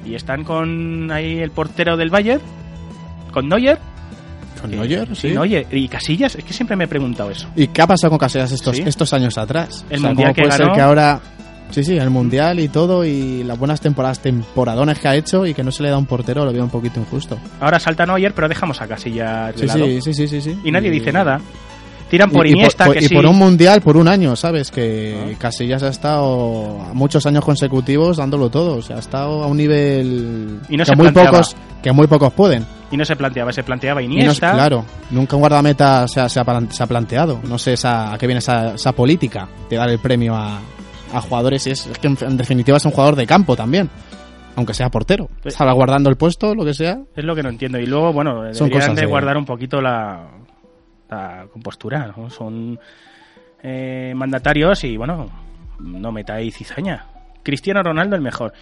C: Y están con ahí el portero del Bayern, con Neuer.
D: ¿Con
C: que-
D: Neuer? Sí.
C: Neuer. Y Casillas, es que siempre me he preguntado eso.
D: ¿Y qué ha pasado con Casillas estos,
C: Sí.
D: estos años atrás?
C: El Mundial
D: ¿cómo
C: que
D: puede
C: ganó.
D: ser que ahora... Sí, sí, el Mundial y todo, y las buenas temporadas, temporadones que ha hecho y que no se le da un portero, lo veo un poquito injusto.
C: Ahora salta Neuer, pero dejamos a Casillas de
D: Sí,
C: lado.
D: sí, sí, sí, sí, sí.
C: Y nadie dice nada. Tiran por Iniesta,
D: por,
C: que
D: y
C: sí. Ah.
D: por un mundial, por un año, ¿sabes? Que Casillas ha estado muchos años consecutivos dándolo todo. O sea, ha estado a un nivel
C: Y no
D: que,
C: se
D: muy
C: planteaba.
D: pocos, que muy pocos pueden.
C: Y no se planteaba, se planteaba
D: Y no es-
C: Iniesta.
D: claro, nunca un guardameta se ha, se ha plan- se ha planteado. No sé esa, a qué viene esa, esa política de dar el premio a, a jugadores. Y es, es que en, en definitiva es un jugador de campo también, aunque sea portero.
C: Sí.
D: Estaba guardando el puesto, lo que sea.
C: Es lo que no entiendo. Y luego, bueno,
D: Son
C: deberían
D: cosas
C: de
D: de-
C: guardar un poquito la, la compostura, ¿no? Son eh, mandatarios y, bueno, no metáis cizaña. Cristiano Ronaldo el mejor.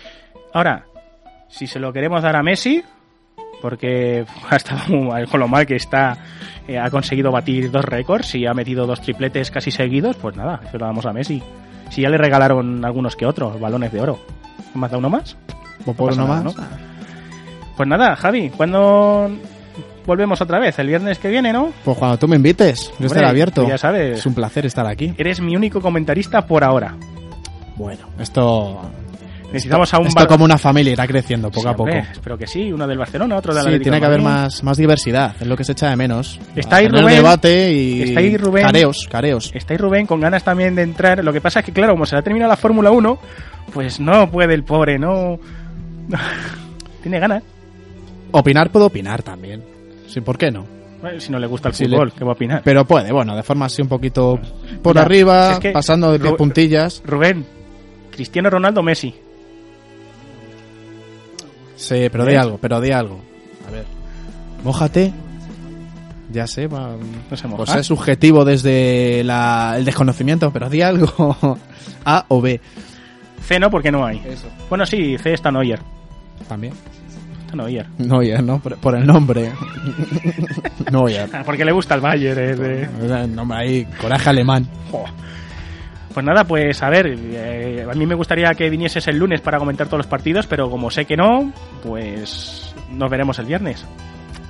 C: Ahora, si se lo queremos dar a Messi, porque (laughs) ha estado muy mal, con lo mal que está, eh, ha conseguido batir dos récords y ha metido dos tripletes casi seguidos, pues nada, se lo damos a Messi. Si ya le regalaron algunos que otros, balones de oro. ¿Más da uno más?
D: O por
C: pasa
D: uno
C: nada,
D: más.
C: ¿no? Pues nada, Javi, ¿cuándo volvemos otra vez? El viernes que viene, ¿no?
D: Pues cuando tú me invites, yo estaré
C: Hombre,
D: abierto.
C: tú ya sabes.
D: Es un placer estar aquí.
C: Eres mi único comentarista por ahora.
D: Bueno, esto.
C: Necesitamos
D: esto-
C: a un
D: Esto
C: bar-
D: como una familia irá creciendo poco a
C: Sí,
D: poco.
C: hombre, espero que sí, uno del Barcelona, otro del
D: Sí,
C: Atlético
D: tiene que
C: de
D: haber
C: Madrid.
D: más, más diversidad, es lo que se echa de menos.
C: Está
D: A
C: ahí
D: tener
C: Rubén.
D: debate y
C: Está ahí Rubén.
D: careos, careos.
C: Está ahí Rubén con ganas también de entrar. Lo que pasa es que, claro, como se le ha terminado la Fórmula 1, pues no puede el pobre, no. (laughs) tiene ganas.
D: Opinar puedo opinar también. Sí, ¿por qué no?
C: Bueno, si no le gusta el
D: Sí, le-
C: fútbol, ¿qué va a opinar?
D: Pero puede, bueno, de forma así un poquito por
C: Mira,
D: arriba,
C: es que
D: pasando de
C: Ru-
D: puntillas.
C: Rubén, Cristiano Ronaldo Messi.
D: Sí, pero di algo, pero di algo. A ver. Mójate. Ya sé, va-
C: No se moja.
D: pues es subjetivo desde la- el desconocimiento, pero di algo. (laughs) A o B.
C: C no, porque no hay. Bueno, sí, C está Neuer.
D: También.
C: Está Neuer.
D: Neuer, ¿no? Por, por el nombre. (laughs) Neuer.
C: Ah, Porque le gusta el Bayern. eh, de-
D: El nombre ahí, coraje alemán.
C: Jo. Pues nada, pues a ver, eh, a mí me gustaría que vinieses el lunes para comentar todos los partidos, pero como sé que no, pues nos veremos el viernes.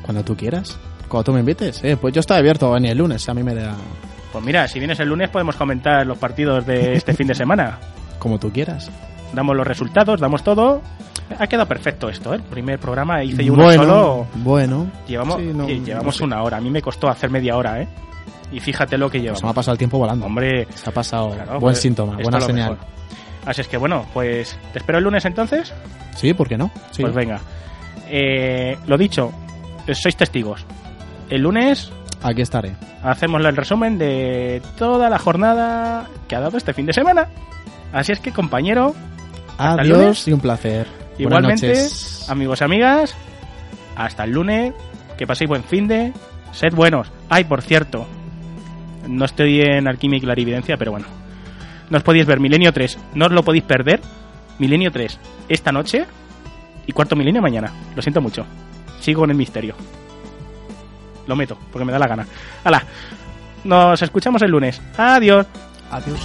D: Cuando tú quieras. Cuando tú me invites. Eh, pues yo estoy abierto a venir el lunes. A mí me da
C: Pues mira, si vienes el lunes podemos comentar los partidos de este fin de semana.
D: como tú quieras.
C: Damos los resultados, damos todo. Ha quedado perfecto esto, ¿eh? El primer programa hice yo uno
D: bueno,
C: solo.
D: bueno.
C: Llevamos,
D: Sí, no,
C: lle- llevamos
D: no sé.
C: una hora. A mí me costó hacer media hora, ¿eh? Y fíjate lo que llevamos.
D: Pues
B: Se me ha pasado el tiempo volando.
C: Hombre,
B: Se ha pasado.
C: claro,
B: buen
C: pues,
B: síntoma,
C: esto
B: buena
C: es lo
B: señal.
C: mejor. Así es que bueno, pues te espero el lunes entonces.
B: Sí, ¿por qué no? Sí.
C: Pues venga. Eh, lo dicho, sois testigos. El lunes
B: Aquí estaré.
C: hacemos el resumen de toda la jornada que ha dado este fin de semana. Así es que, compañero, el
B: Adiós
C: lunes.
B: y un placer. Buenas
C: igualmente,
B: noches.
C: amigos y amigas, hasta el lunes, que paséis buen fin de, sed buenos. Ay, por cierto, no estoy en alquimia y clarividencia, pero bueno. Nos podéis ver Milenio 3, no os lo podéis perder. Milenio 3, esta noche y cuarto milenio mañana. Lo siento mucho. Sigo en el misterio. Lo meto, porque me da la gana. ¡Hala! Nos escuchamos el lunes. Adiós.
D: Adiós.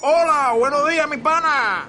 E: Hola, buenos días, mi pana.